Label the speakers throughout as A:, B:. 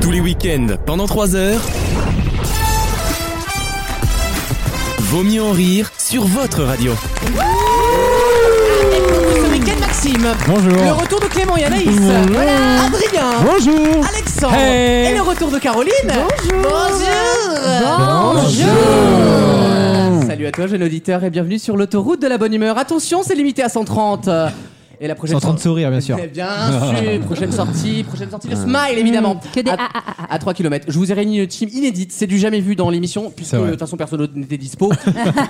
A: Tous les week-ends, pendant 3 heures. Vaut mieux en rire sur votre radio.
B: Ce week-end, Maxime.
C: Bonjour.
B: Le retour de Clément et Anaïs. Voilà. Adrien.
C: Bonjour.
B: Alexandre.
C: Hey.
B: Et le retour de Caroline. Bonjour. Bonjour. Salut à toi, jeune auditeur, et bienvenue sur l'autoroute de la bonne humeur. Attention, c'est limité à 130. Euh, Et la prochaine
C: 130
B: sortie.
C: sourires, bien sûr.
B: Eh bien sûr, prochaine sortie, prochaine sortie
D: Euh,
B: de Smile évidemment.
E: que des
B: à,
E: ah, ah,
B: à 3 km. Je vous ai réuni une team inédite, c'est du jamais vu dans l'émission, puisque
C: C'est
B: de
C: vrai.
B: toute façon personne d'autre n'était dispo.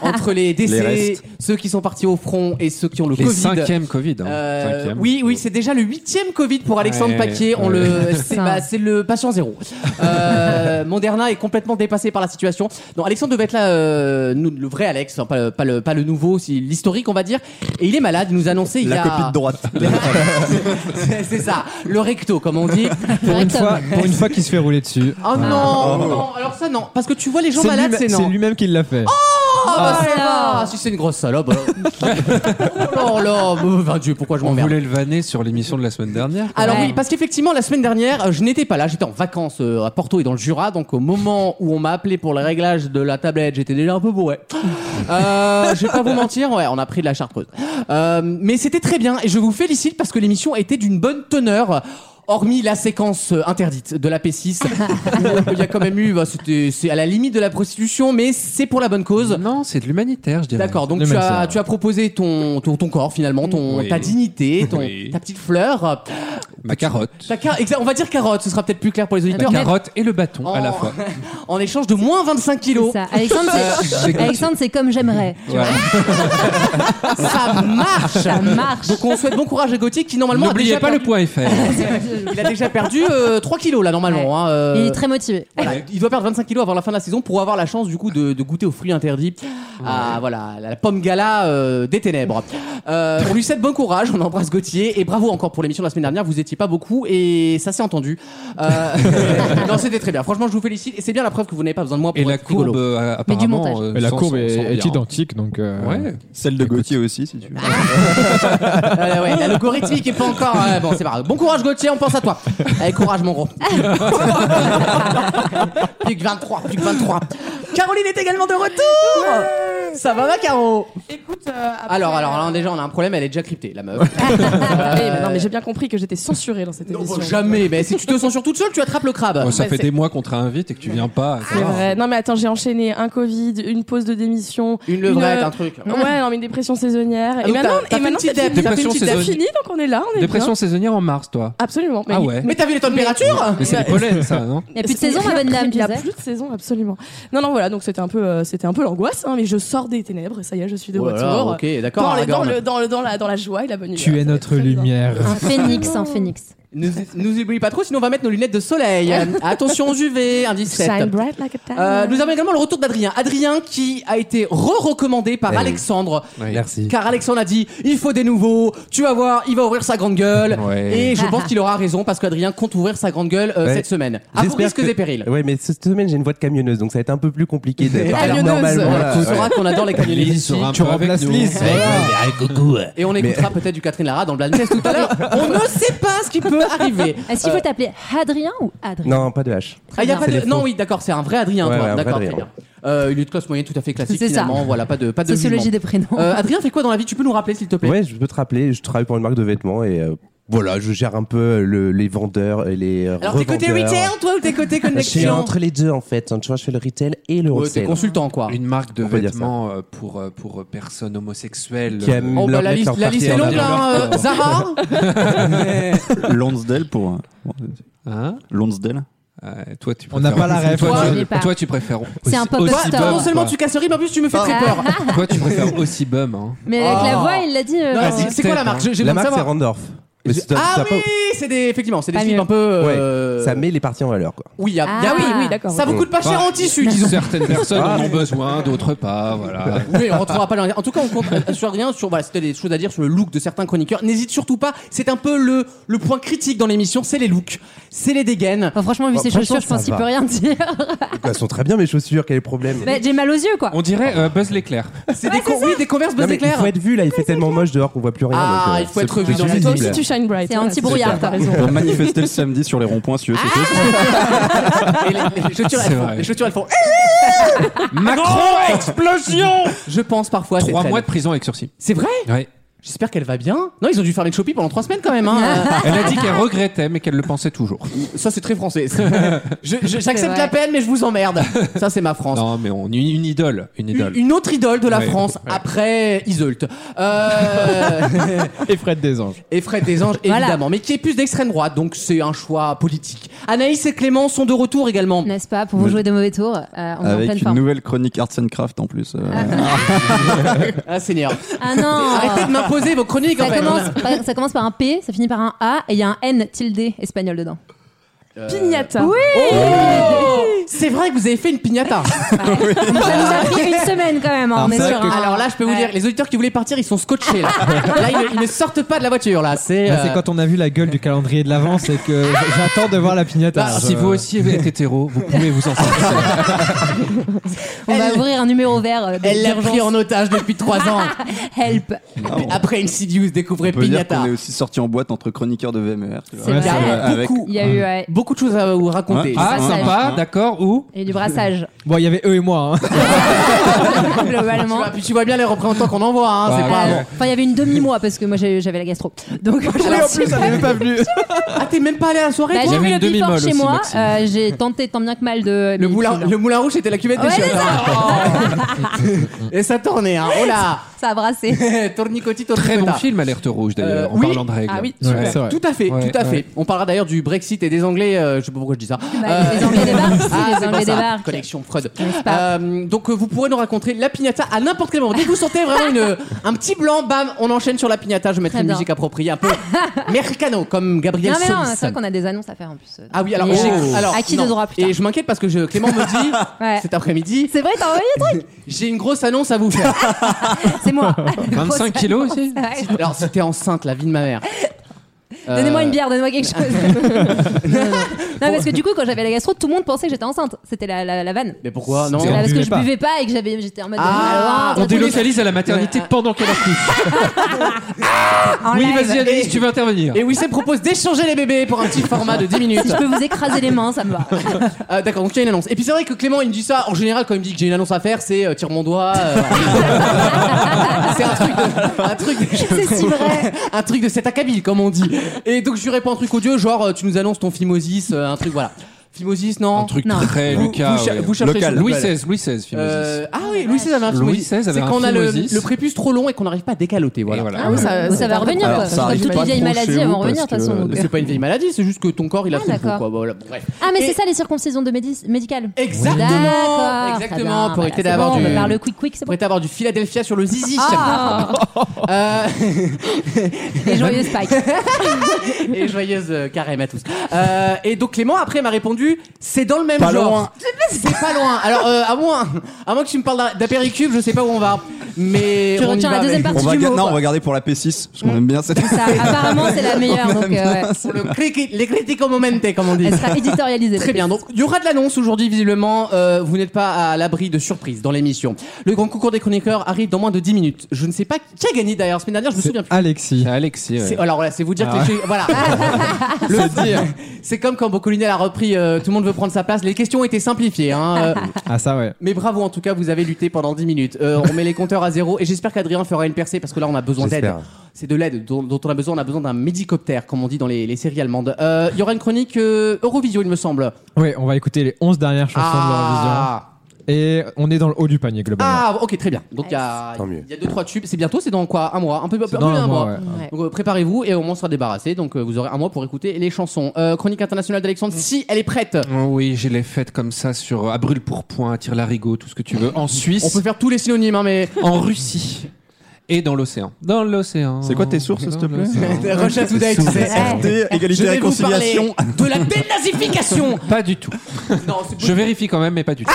B: Entre les décès, ceux qui sont partis au front et ceux qui ont le
D: Les
B: Covid.
D: cinquièmes Covid. hein.
B: Euh,
D: Cinquième.
B: oui, oui, c'est déjà le huitième Covid pour Alexandre
D: Ouais,
B: Paquet. On
D: ouais.
B: le, c'est,
E: Ça.
B: bah, c'est le patient zéro. Euh, Moderna est complètement dépassé par la situation. Non, Alexandre devait être là, euh, nous, le vrai Alex, hein, pas, le, pas, le, pas le nouveau, si, l'historique, on va dire. Et il est malade. Il nous annonçait il y a.
F: droite.
B: c'est, c'est ça, le recto, comme on dit.
C: Pour une,
E: Rectum.
C: fois, pour une fois qu'il se fait rouler dessus.
B: Oh non, non, alors ça non, parce que tu vois les gens
C: C'est
B: malades,
C: lui-même-
B: c'est
C: c'est
B: non.
C: lui-même qui l'a fait.
B: Ah bah
E: Oh
B: ça
E: là.
B: va, si c'est une grosse salope. alors. oh là, ben Dieu, pourquoi je
D: On
B: m'emmerde
D: voulait le vanner sur l'émission de la semaine dernière.
B: Alors
E: Ouais.
B: oui, parce qu'effectivement, la semaine dernière, euh, je n'étais pas là, j'étais en vacances euh, à Porto et dans le Jura, donc au moment où on m'a appelé pour le réglage de la tablette, j'étais déjà un peu bourré. Euh, je vais pas vous mentir, ouais, on a pris de la chartreuse. Euh, mais c'était très bien et je vous félicite parce que l'émission était d'une bonne teneur. Hormis la séquence euh, interdite de la P6, où il y a quand même eu, bah, c'était- c'est à la limite de la prostitution, mais c'est pour la bonne cause.
D: Non, c'est de l'humanitaire, je dirais.
B: D'accord, donc
C: Le
B: tu
C: même
B: as,
C: sort.
B: tu as proposé ton, ton, ton corps finalement, ton,
D: Oui.
B: ta dignité, ton,
D: Oui.
B: ta petite fleur.
D: Ma carotte.
B: Ta car- exa- on va dire carotte, ce sera peut-être plus clair pour les
D: La
B: auditeurs.
D: carotte et le bâton à la
B: Oh.
D: fois.
B: En échange de moins 25 kilos.
E: Ça. Alexandre, c'est- Alexandre, c'est comme j'aimerais. tu vois.
D: Voilà.
B: Ça marche
E: Ça marche.
B: Donc on souhaite bon courage à Gauthier qui normalement a
D: N'oubliez
B: déjà
D: pas le
B: perdu,
D: point FR.
B: il a déjà perdu euh, 3 kilos là normalement.
E: Ouais.
B: hein, euh,
E: Il est très motivé.
B: voilà, il doit perdre 25 kilos avant la fin de la saison pour avoir la chance du coup de, de goûter aux fruits interdits. Ah voilà, la pomme gala euh, des ténèbres. Euh, on lui souhaite bon courage, on embrasse Gauthier et bravo encore pour l'émission de la semaine dernière. Vous étiez pas beaucoup et ça s'est entendu. Euh, non c'était très bien. Franchement je vous félicite et c'est bien la preuve que vous n'avez pas besoin de moi pour
D: Et la
B: être rigolo.
D: courbe, euh, apparemment.
E: montage.
D: euh,
C: Mais la
D: s'en-
C: courbe
D: s'en-
C: est,
D: s'en
C: est
D: vient.
C: identique, donc. euh,
D: Ouais.
F: Celle de Gauthier aussi, si tu veux.
B: Euh, ouais, l'algorithmique est pas encore. ouais, bon, c'est pas grave. Bon courage, Gauthier, on pense à toi. Allez, courage, mon gros. plus que 23, plus que 23. Caroline est également de retour Ça va, ma Caro
G: Écoute, euh, après-
B: Alors, alors, là, déjà, on a un problème, elle est déjà cryptée, la meuf.
G: Eh, mais non, mais j'ai bien compris que j'étais censurée dans cette
B: Non,
G: émission.
B: bah, jamais, mais si tu te censures toute seule, tu attrapes le crabe.
D: Bon, ça
G: Ouais,
D: fait
G: c'est-
D: des mois qu'on te réinvite et que tu viens pas.
G: C'est vrai. Non, mais attends, j'ai enchaîné un Covid, une pause de démission.
B: Une euh, levrette,
G: Une,
B: un truc.
G: Ouais, non, mais une dépression saisonnière.
B: Ah,
G: et
B: donc t'as- t'as fait
G: maintenant, et
B: une
G: maintenant
B: petite
G: c'est
B: dép-
G: fini. T'as fait
D: Dépression
G: une petite dép
D: saisonnière.
G: finie, donc on est là, on est
D: Dépression
G: bien.
D: saisonnière en mars, toi.
G: Absolument. Mais,
D: Ah ouais.
B: Mais t'as vu les températures
D: Mais c'est les pollens, ça, non
E: Il n'y a plus de saison, ma bonne dame,
G: Il
E: tu
G: y a
E: sais.
G: plus de saison, absolument. Non, non, voilà, donc c'était un peu, euh, c'était un peu l'angoisse, hein, mais je sors des ténèbres et ça y est, je suis de
B: Oh là là,
G: retour.
B: ok, d'accord.
G: Dans, le- dans,
B: Aragorn.
G: le, dans, le- dans la, dans la joie et la bonne humeur.
C: Tu es
G: Ça va être
C: notre
G: très bien.
C: lumière.
E: Un phénix, un phénix.
B: Nous, nous oublie pas trop, sinon on va mettre nos lunettes de soleil. Euh, Attention aux UV, indice 7.
G: Shine bright like a diamond.
B: Euh, nous avons également le retour d'Adrien. Adrien qui a été re-recommandé par Alexandre.
D: Merci.
B: Car Alexandre a dit il faut des nouveaux, tu vas voir, il va ouvrir sa grande gueule.
D: Ouais.
B: Et
E: Ah,
B: je pense qu'il aura raison parce qu'Adrien compte ouvrir sa grande gueule euh,
H: Ouais.
B: cette semaine. À vos
H: J'espère
B: risques
H: que-
B: et périls.
H: Ouais, mais cette semaine j'ai une voix de camionneuse, donc ça va être un peu plus compliqué de parler
G: camionneuse.
H: normalement. euh,
B: Voilà, tu sauras qu'on adore les camionnettes
D: Lily
B: ici.
D: sera un
C: Tu
D: peu avec
C: remplaces
D: nous.
C: Lise.
B: Et on écoutera peut-être du Catherine Lara dans le blind test tout à l'heure. On ne sait pas ce qui peut arriver.
E: Est-ce qu'il faut t'appeler Adrien ou Adrien
H: Non, pas de H.
B: Ah, y a
E: bien.
B: pas de-
H: C'est des
B: Non,
H: faux.
B: oui, d'accord, c'est un vrai Adrien.
H: Ouais,
B: toi.
H: ouais, un vrai
B: d'accord, très
H: Adrien.
B: bien. Euh, il est de classe moyenne tout à fait classique
E: C'est ça.
B: finalement. Voilà, pas de pas de
E: Sociologie
B: jugement.
E: des prénoms.
B: Euh, Adrien fait quoi dans la vie Tu peux nous rappeler s'il te plaît
H: Ouais, je peux te rappeler, je travaille pour une marque de vêtements et euh, voilà, je gère un peu euh, le- les vendeurs et les euh,
B: Alors t'es côté
H: revendeurs.
B: retail toi ou t'es côté
H: Je suis
B: connexion
H: entre les deux en fait. hein. Tu vois, je fais le retail et le
B: Ouais, T'es
H: wholesale.
B: consultant quoi.
D: Une marque de
H: On peut dire ça.
D: vêtements euh, pour, euh, pour euh, personnes homosexuelles.
H: Qui aiment
B: Oh bah
H: leur
B: la
H: mettre
B: liste,
H: leur
B: la liste
H: partie
B: est
H: en
B: longue
H: avant.
B: là, euh, Zara
F: Lonsdale pour.
D: Hein
F: Lonsdale
D: Euh, toi, tu
C: On n'a
D: préfères-
C: pas la ref.
D: Toi,
E: Toi,
D: tu-
E: on n'est pas.
D: toi, tu préfères.
E: C'est un
D: aussi-
E: pop-up
D: aussi
E: star.
D: bum,
B: Non
E: Bah,
B: seulement
D: quoi.
B: tu casses le rythme, en plus tu me fais très
E: Ah.
B: peur.
D: Toi, tu préfères aussi bum. Hein.
E: Mais avec la
B: Oh.
E: voix, il l'a dit. euh,
B: Non,
E: genre,
B: c'est- C'est quoi hein. la marque J'ai j'ai besoin
H: La
B: de
H: marque c'est
B: savoir.
H: Randolph. Mais c'est- t'as-
B: Ah
H: t'as pas-
B: oui, c'est des effectivement, c'est des
E: Pas
B: films
E: mieux.
B: un peu. euh,
H: Ouais, ça met les parties en valeur quoi.
B: Oui, il y a- il y a-
E: Ah.
B: oui, oui.
G: d'accord.
B: Ça vous coûte pas cher en tissu, disons.
D: Certaines personnes en ont besoin, d'autres pas. Voilà.
B: Oui, on rentrera pas dans les- En tout cas, on compte euh, sur rien. Sur voilà, c'était des choses à dire sur le look de certains chroniqueurs. N'hésite surtout pas. C'est un peu le le point critique dans l'émission, c'est les looks, c'est les dégaines.
E: enfin, franchement, vu
H: Bah,
E: ses
H: franchement,
E: chaussures, je pense
H: ça
E: qu'il
H: va.
E: peut rien dire.
B: Ah.
H: Bah, Elles sont très bien mes chaussures, quel est le problème
E: Mais J'ai mal aux yeux, quoi.
D: On dirait euh, Buzz l'éclair.
B: Ah C'est des con- oui, des converses
H: Non,
B: Buzz
H: mais il
B: éclair.
H: faut être vu là, il fait tellement moche dehors qu'on voit plus rien.
B: Ah,
H: donc, euh,
B: il faut
H: c'est
B: être vu
H: plus
B: dans la
H: visible.
B: tête.
G: Si tu Shine Bright.
E: C'est
G: Voilà,
E: anti-brouillard,
G: super, T'as
E: quoi.
G: raison.
F: Pour manifester le samedi sur les ronds-points, si tu veux, c'est tout.
B: Et les, les chaussures,
D: C'est
B: elles font,
D: vrai.
B: les chaussures, elles font. Ah,
D: Macron explosion
B: Je pense parfois. à cette
D: Trois
B: scène.
D: mois de prison avec sursis.
B: C'est vrai
D: Ouais.
B: J'espère qu'elle va bien. Non, ils ont dû faire les chopies pendant trois semaines quand même. hein.
D: Elle a dit qu'elle regrettait, mais qu'elle le pensait toujours.
B: Ça, c'est très français. Je- je-
E: C'est
B: J'accepte
E: vrai.
B: la peine, mais je vous emmerde. Ça, c'est ma France.
D: Non, mais on une, une idole, une idole.
B: Une une autre idole de la
D: Ouais.
B: France
D: Ouais.
B: après Iseult. Euh,
C: Et Fred Desanges.
B: et Fred Desanges,
E: Voilà.
B: évidemment, mais qui est plus d'extrême droite, donc c'est un choix politique. Anaïs et Clément sont de retour également.
E: N'est-ce pas Pour vous jouer de mauvais tours, euh, on est en pleine
F: Avec une
E: forme.
F: nouvelle chronique Arts and Craft en plus. euh,
B: Ah, Seigneur.
E: Ah non
B: Arrêtez de m'imposer vos chroniques en
E: ça
B: fait.
E: commence, par, ça commence par un P, ça finit par un A et il y a un N tilde espagnol dedans.
G: Pignata. Oui.
B: Oh c'est vrai que vous avez fait une piñata.
E: Ça nous a pris une semaine quand même, hein, on est
C: ça,
E: sur
C: que-
E: un-
B: Alors là, je peux vous
E: Ouais.
B: dire, les auditeurs qui voulaient partir, ils sont scotchés là. Là, ils, ne- ils ne sortent pas de la voiture là. C'est
C: Là,
B: euh,
C: c'est quand on a vu la gueule du calendrier de l'avance et que j- j'attends de voir la pignata.
D: Alors,
C: Je-
D: Bah, si vous aussi vous êtes hétéro, vous pouvez vous en sortir.
E: on va
B: elle-
E: ouvrir un numéro vert euh, de-
B: Elle l'a pris
E: d'urgence.
B: en otage depuis trois ans.
E: Help.
F: on-
B: Après Insidious, découvrez
F: on peut dire
B: Pignata.
F: qu'on est aussi sorti en boîte entre chroniqueurs de VMR. tu vois.
E: C'est
C: Ouais,
E: vrai.
B: Il y a
F: vrai. Avec-
B: beaucoup,
E: Il y a eu, ouais,
B: beaucoup de choses à vous raconter.
D: Ah,
E: Ouais.
D: sympa, d'accord, ou
E: il y a eu du brassage
C: Bon, il y avait eux et moi. hein.
B: Tu
E: globalement.
B: vois, puis tu vois bien les représentants qu'on envoie, hein,
D: Ouais.
B: c'est pas
E: Euh,
B: bon.
E: Enfin, il y avait une demi-mois parce que moi j'ai- j'avais la gastro. Donc,
C: Et en plus, elle n'avait pas venu.
B: Ah, t'es même pas allé à la soirée
E: Bah,
B: toi
E: j'ai
D: J'avais
E: vu
D: une
E: le plus fort
D: demi-molle
E: chez
D: aussi,
E: moi.
D: Maxime.
E: euh, j'ai tenté tant bien que mal de.
B: le
E: mais
B: moulin,
E: finalement,
B: le Moulin rouge était la cuvette
E: Ouais,
B: des chiottes.
E: c'est
B: hein. Et ça tournait, hein. Oh là
E: Ça a brassé.
B: Tornicoti,
D: très bon
B: tornicota.
D: film Alerte Rouge d'ailleurs,
B: Euh,
D: en
B: oui.
D: parlant de règles.
G: Ah oui,
C: Ouais,
G: super.
C: c'est vrai.
B: Tout à fait,
D: Ouais,
B: tout à
D: ouais.
B: fait. On parlera d'ailleurs du Brexit et des Anglais. euh, je sais pas pourquoi je dis ça.
E: Bah, les
B: Euh,
E: Anglais débarquent, si,
B: Ah,
E: les
B: c'est pour
E: Anglais
B: ça.
E: débarquent.
B: Connexion Freud.
E: N'est-ce pas
B: Euh, donc euh, vous pourrez nous raconter la piñata à n'importe quel moment. Dès que vous sentez vraiment une, un petit blanc, bam, on enchaîne sur la piñata. Je mettrai
E: Très
B: une
E: bien.
B: musique appropriée, un peu mercano comme Gabriel
E: Non, mais non,
B: Solis.
E: c'est vrai qu'on a des annonces à faire en plus. euh,
B: Ah oui, alors,
E: et,
B: j'ai-
E: euh,
B: alors,
E: à qui
B: non.
E: de droit plus tard
B: Et je m'inquiète parce que je, Clément me dit
E: Ouais.
B: cet après-midi,
E: C'est vrai, t'as envoyé des trucs
B: j'ai une grosse annonce à vous faire.
E: C'est moi.
D: 25 kilos aussi
E: Ouais.
B: alors si t'es enceinte, la vie de ma mère. Euh,
E: Donnez-moi une bière, donnez-moi quelque chose. non, parce que du coup, quand j'avais la gastro, tout le monde pensait que j'étais enceinte. C'était la, la, la vanne.
B: Mais pourquoi Non.
C: C'est
E: C'est là
C: on
E: parce que
C: buvait
E: je
C: pas.
E: buvais pas et que j'avais, j'étais en mode.
B: Ah,
E: de-
D: On délocalise à la maternité
B: Ouais.
D: pendant qu'elle accouche.
E: En
D: oui,
E: live.
D: vas-y Alice, tu veux intervenir.
B: Et Wissem propose d'échanger les bébés pour un petit format de 10 minutes.
E: Si je peux vous écraser les mains, ça me va.
B: Euh, D'accord, donc il y a une annonce. Et puis c'est vrai que Clément, il me dit ça en général quand il me dit que j'ai une annonce à faire, c'est euh, tire mon doigt. euh, c'est un truc, de, un truc, de-
E: C'est si vrai.
B: un truc de cet acabit, comme on dit. Et donc je lui réponds un truc odieux, genre euh, tu nous annonces ton phimosis, euh, un truc voilà. Phimosis, non.
D: Un truc
E: Non.
D: très
B: Vous-
D: Lucas.
B: vous, cher-
D: ouais.
B: vous cherchez
F: Local.
B: sur
D: Louis
B: Google.
D: XVI, Louis XVI, phimosis.
B: Euh, ah oui, Louis XVI avait un
D: Louis
B: phimosis.
D: XVI avait
B: C'est
D: un
B: quand on a le,
D: phimosis.
B: le prépuce trop long et qu'on n'arrive pas à décaloter. Voilà.
D: Et voilà.
E: Ah,
G: oui,
E: ça,
G: ça-
E: va revenir.
F: Alors,
E: quoi.
F: ça
E: Comme
F: arrive
E: toutes les
F: pas
E: vieilles
F: trop
E: maladies,
F: chez
E: elles
F: vous,
E: vont revenir de toute
F: parce
E: façon.
F: que-
E: donc.
B: C'est pas une vieille maladie, c'est juste que ton corps il a
E: Ah,
B: trop de
E: d'accord.
B: quoi. Voilà, bref.
E: Ah, mais
B: Et-
E: c'est ça les circoncisions de médi- médicales.
B: Exactement,
E: D'accord.
B: exactement. Pour
E: Très bien,
B: éviter
E: voilà, c'est
B: d'avoir
E: bon,
B: du-
E: on peut faire le quick quick, c'est bon.
B: Pourrait avoir du Philadelphia sur le zizi.
E: Ah
B: Euh,
E: Et joyeux Spike.
B: et joyeuse euh, carême à tous. Euh, et donc Clément après m'a répondu c'est dans le même
F: Pas
B: genre.
F: loin.
B: C'est pas loin. Alors euh, à moins à moins que tu me parles d'un- d'apéricube, je sais pas où on va. Mais
E: Tu
B: on y
E: retiens
B: va
E: la deuxième
B: avec-
E: partie.
F: On va,
E: du
F: ga-
E: mot,
F: non, on
E: quoi.
F: va garder pour la P6, parce qu'on aime bien cette.
E: Ça, apparemment, c'est la meilleure. Donc, euh, ouais.
B: Pour le criqui- les critiques au momenté comme on dit.
E: Elle sera éditorialisée.
B: Très bien, donc il y aura de l'annonce aujourd'hui, visiblement, euh, vous n'êtes pas à l'abri de surprises dans l'émission. Le grand concours des chroniqueurs arrive dans moins de 10 minutes. Je ne sais pas qui a gagné d'ailleurs, la semaine dernière, je me souviens plus.
C: Alexis.
D: C'est Alexis. ouais.
B: C'est- Alors voilà, c'est vous dire
D: Ah
B: que les choses- voilà. Le- C'est comme quand Boccolini elle a repris euh, tout le monde veut prendre sa place. Les questions ont été simplifiées. hein, euh,
C: Ah, ça, ouais.
B: mais bravo en tout cas, vous avez lutté pendant 10 minutes. Euh, on met les compteurs à zéro et j'espère qu'Adrien fera une percée parce que là on a besoin d'aide.
H: J'espère.
B: C'est de l'aide dont, dont on a besoin. On a besoin d'un médicoptère comme on dit dans les, les séries allemandes. Euh, Il y aura une chronique euh, Eurovision il me semble.
C: Oui, on va écouter les 11 dernières chansons
B: Ah,
C: de l'Eurovision. Et on est dans le haut du panier, globalement.
B: ah ok très bien. Donc il y a
H: Tant mieux.
B: il y a deux trois tubes. C'est bientôt. C'est dans quoi Un mois. Un peu un peu
C: C'est
D: Ah,
B: plus
C: dans un
B: d'un
C: mois,
B: mois.
C: ouais.
E: Ouais.
B: Donc, euh, préparez-vous et au moins on sera débarrassé. Donc euh, vous aurez un mois pour écouter les chansons. Euh, chronique internationale d'Alexandre, si elle est prête.
D: Oh oui, j'ai les fêtes comme ça sur à brûle pour point, à tire larigot, tout ce que tu veux. En Suisse,
B: On peut faire tous les synonymes, hein, mais.
D: en Russie et dans l'océan. Dans l'océan.
F: C'est quoi tes sources, s'il te plaît
B: Russia Today, tu sais.
F: RT,
B: Je
F: égalité,
B: vais vous parler
F: réconciliation.
B: de la dénazification.
D: Pas du tout.
B: non, c'est
D: Je vérifie quand même, mais pas du tout.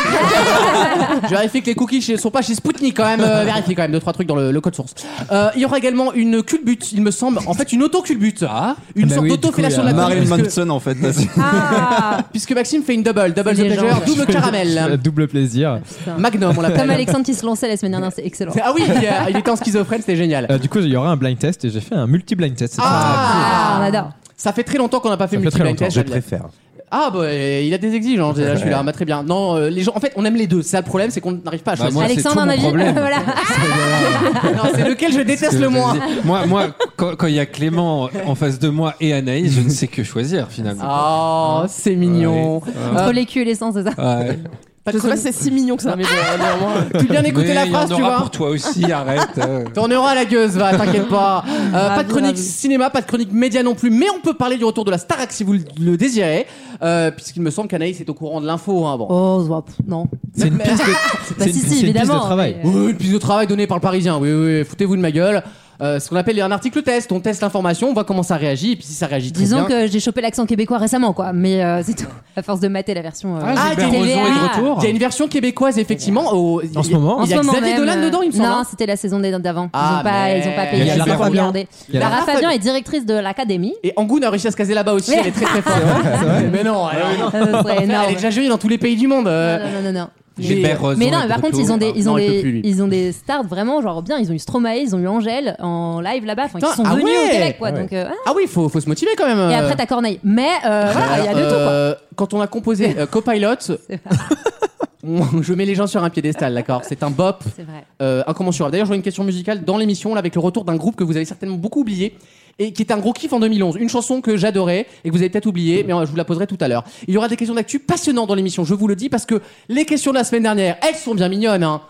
B: Je vérifie que les cookies chez- sont pas chez Spoutnik quand même. euh, vérifie quand même deux trois trucs dans le, le code source. Euh, il y aura également une culbute, il me semble. En fait, une auto-culbute.
D: Ah,
B: Une
C: bah
B: sorte
C: oui, du
B: d'autofellation
C: coup,
B: de la
F: Marilyn
B: culbute, puisque,
F: Manson, en fait. là, c'est-
E: Ah,
B: puisque Maxime fait une double, double
E: C'est
B: the
E: une
B: pleasure,
E: légende.
B: double caramel,
C: Double plaisir.
E: putain.
B: magnum on
E: Comme
B: l'appelle.
E: Alexandre qui se lançait la semaine dernière, c'est excellent.
B: Ah oui, il, est- il était en schizophrène, c'était génial.
C: Euh, du coup, il y aura un blind test et j'ai fait un multi-blind test. cette semaine.
E: Ah, on adore.
B: Ça fait très longtemps qu'on n'a pas fait
C: fait
B: multiple
C: très
B: blind test,
H: Je
B: j'aime bien.
H: préfère.
B: Ah bah euh, il a des exigences déjà, je suis là, bah, très bien. Non, euh, les gens, en fait, on aime les deux. C'est ça le problème, c'est qu'on n'arrive pas à
D: Bah,
B: choisir.
D: moi, c'est
E: Alexandre,
D: tout
E: un
D: mon
E: avis
D: problème.
E: Voilà.
B: Ah. Non, c'est lequel je déteste le moins.
D: Moi, moi, quand quand il y a Clément en face de moi et Anaïs, je ne sais que choisir finalement.
B: Oh, c'est mignon. Euh,
E: Entre les culs et les sens, c'est ça.
D: Ouais.
B: Pas de
G: Je sais pas
B: chronique.
G: si c'est si mignon que ça, mais bon, euh, néanmoins.
B: Tu bien écouter
D: Mais
B: la
D: il y en
B: phrase, tu
D: aura
B: vois.
D: pour toi aussi, arrête. euh.
B: T'en auras la gueuse, va, t'inquiète pas. Euh, pas de
G: Ravi,
B: chronique
G: ravi.
B: cinéma, pas de chronique média non plus, mais on peut parler du retour de la Starac si vous le- le désirez, euh, puisqu'il me semble qu'Anaïs est au courant de l'info. Hein, bon.
E: Oh, zouap, non.
C: C'est une piste de,
E: Bah,
C: c'est une
E: si,
C: piste- c'est
E: si,
C: une piste de
E: évidemment.
C: travail.
E: mais, euh,
B: Oui, une piste de travail donnée par le Parisien, oui, oui, oui, foutez-vous de ma gueule. Euh, ce qu'on appelle un article test, on teste l'information, on voit comment ça réagit, et puis si ça réagit très
E: Disons
B: bien.
E: que j'ai chopé l'accent québécois récemment, quoi. Mais euh, c'est tout. À force de mater la version. euh,
B: Ah,
D: Gilbert
B: t'es
D: Rozon
E: TVA.
D: est de retour.
B: Il y a une version québécoise, effectivement. au- il y a-
C: En ce moment,
E: En
B: il y a
E: ce moment
B: Xavier
E: même,
B: Dolan
E: euh,
B: dedans, il me semble.
E: Non,
B: hein.
E: c'était la saison des- d'avant. ils,
B: Ah,
E: ont pas,
B: mais-
E: ils ont pas
B: Il
E: payé.
B: y a
E: ils ont
C: Lara
E: pas
C: Fabian.
E: regardé.
C: Il y a
E: Lara
B: Lara
E: Fabian est directrice de l'académie.
B: Et Angoune a réussi à se caser là-bas aussi,
E: Mais-
B: elle est très très forte. mais non, elle,
E: Euh, c'est
B: Ah, elle est
E: énorme.
B: déjà jouée dans tous les pays du monde. euh.
E: Non, non, non, non.
D: Gilbert Rozon
E: Mais non,
D: est
E: mais
D: de
E: par contre,
D: retour.
E: ils ont des, ils ont
B: hein. Non, il peut
E: des,
B: plus, lui.
E: ils ont des stars vraiment genre bien. Ils ont eu Stromae, ils ont eu Angèle en live là-bas. Enfin, ils
B: Putain,
E: sont
B: ah
E: venus
B: ouais
E: au Québec, quoi.
C: Ah ouais.
E: Donc, euh, ah.
B: Ah oui, faut, faut se motiver quand même.
E: et
B: euh.
E: après t'as Corneille. Mais euh, voilà, il y a de tout, quoi.
B: Euh, Quand on a composé euh, Copilot, on- je mets les gens sur un piédestal, d'accord C'est un bop
E: C'est vrai.
B: euh, incommensurable. D'ailleurs, j'aurais une question musicale dans l'émission là, avec le retour d'un groupe que vous avez certainement beaucoup oublié et qui était un gros kiff en 2011. Une chanson que j'adorais et que vous avez peut-être oublié, mais euh, je vous la poserai tout à l'heure. Il y aura des questions d'actu passionnantes dans l'émission, je vous le dis, parce que les questions de la semaine dernière, elles sont bien mignonnes, hein.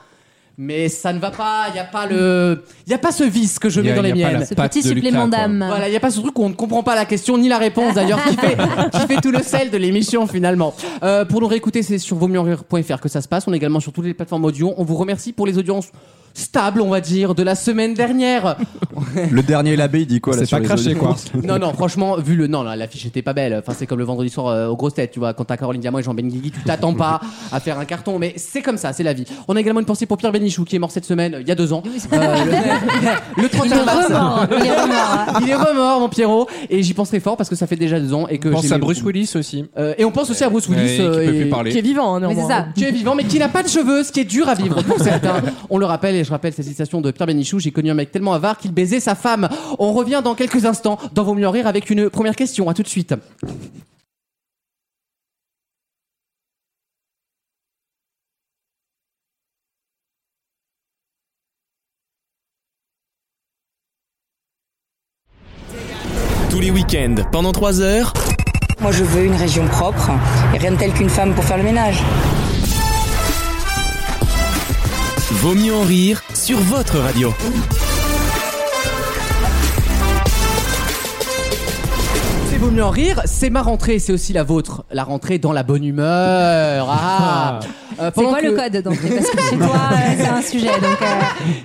B: Mais ça ne va pas, il n'y a pas le. Il n'y a pas ce vice que je
D: Il y
B: mets
D: a-
B: dans les
D: il y a pas
B: miennes.
E: Ce
D: Patte
E: petit
D: de Lucas,
E: supplément
D: quoi.
E: d'âme.
B: Voilà, il n'y a pas ce truc où on ne comprend pas la question ni la réponse d'ailleurs, qui fait, qui fait tout le sel de l'émission finalement. Euh, pour nous réécouter, c'est sur vosmieuxenrire.fr que ça se passe. On est également sur toutes les plateformes audio. On vous remercie pour les audiences stables, on va dire, de la semaine dernière.
F: Le dernier l'abbé, il dit quoi là
C: C'est
F: sur
C: pas
F: les
C: craché,
F: audiences
C: quoi.
B: Non, non, franchement, vu le. Non, là, l'affiche était pas belle. Enfin, c'est comme le vendredi soir euh, aux grosses têtes, tu vois. Quand t'as Caroline Diamant et Jean-Benguigui, tu t'attends pas à faire un carton. Mais c'est comme ça, c'est la vie. On a également une pensée pour Pierre Bénichou qui est mort cette semaine, euh, il y a deux ans. Euh, le, le
E: Il est
B: 31 mars.
E: remords. Il est remords.
B: Il est remort, mon Pierrot, et j'y penserai fort parce que ça fait déjà deux ans et que.
D: Pense
B: j'ai
D: à
B: les-
D: Bruce Willis aussi.
B: Euh, et on pense aussi à Bruce Willis.
D: Ouais, qui
B: euh,
D: peut
B: et-
D: plus parler.
G: Qui est vivant, hein,
E: Mais
G: néanmoins.
E: c'est ça.
B: qui est vivant mais qui n'a pas de cheveux, ce qui est dur à vivre pour certains. On le rappelle et je rappelle cette citation de Pierre Bénichou, j'ai connu un mec tellement avare qu'il baisait sa femme. On revient dans quelques instants dans Vos mieux en rire avec une première question, à tout de suite.
A: Tous les week-ends, pendant 3 heures,
I: Moi, je veux une région propre et rien de tel qu'une femme pour faire le ménage.
A: Vaut mieux en rire sur votre radio.
B: C'est Vaut mieux en rire, c'est ma rentrée, c'est aussi la vôtre, la rentrée dans la bonne humeur. Ah. Euh,
E: C'est
B: pendant
E: quoi le
B: que-
E: code d'entrée Parce que chez toi, euh, c'est un sujet. Donc, euh,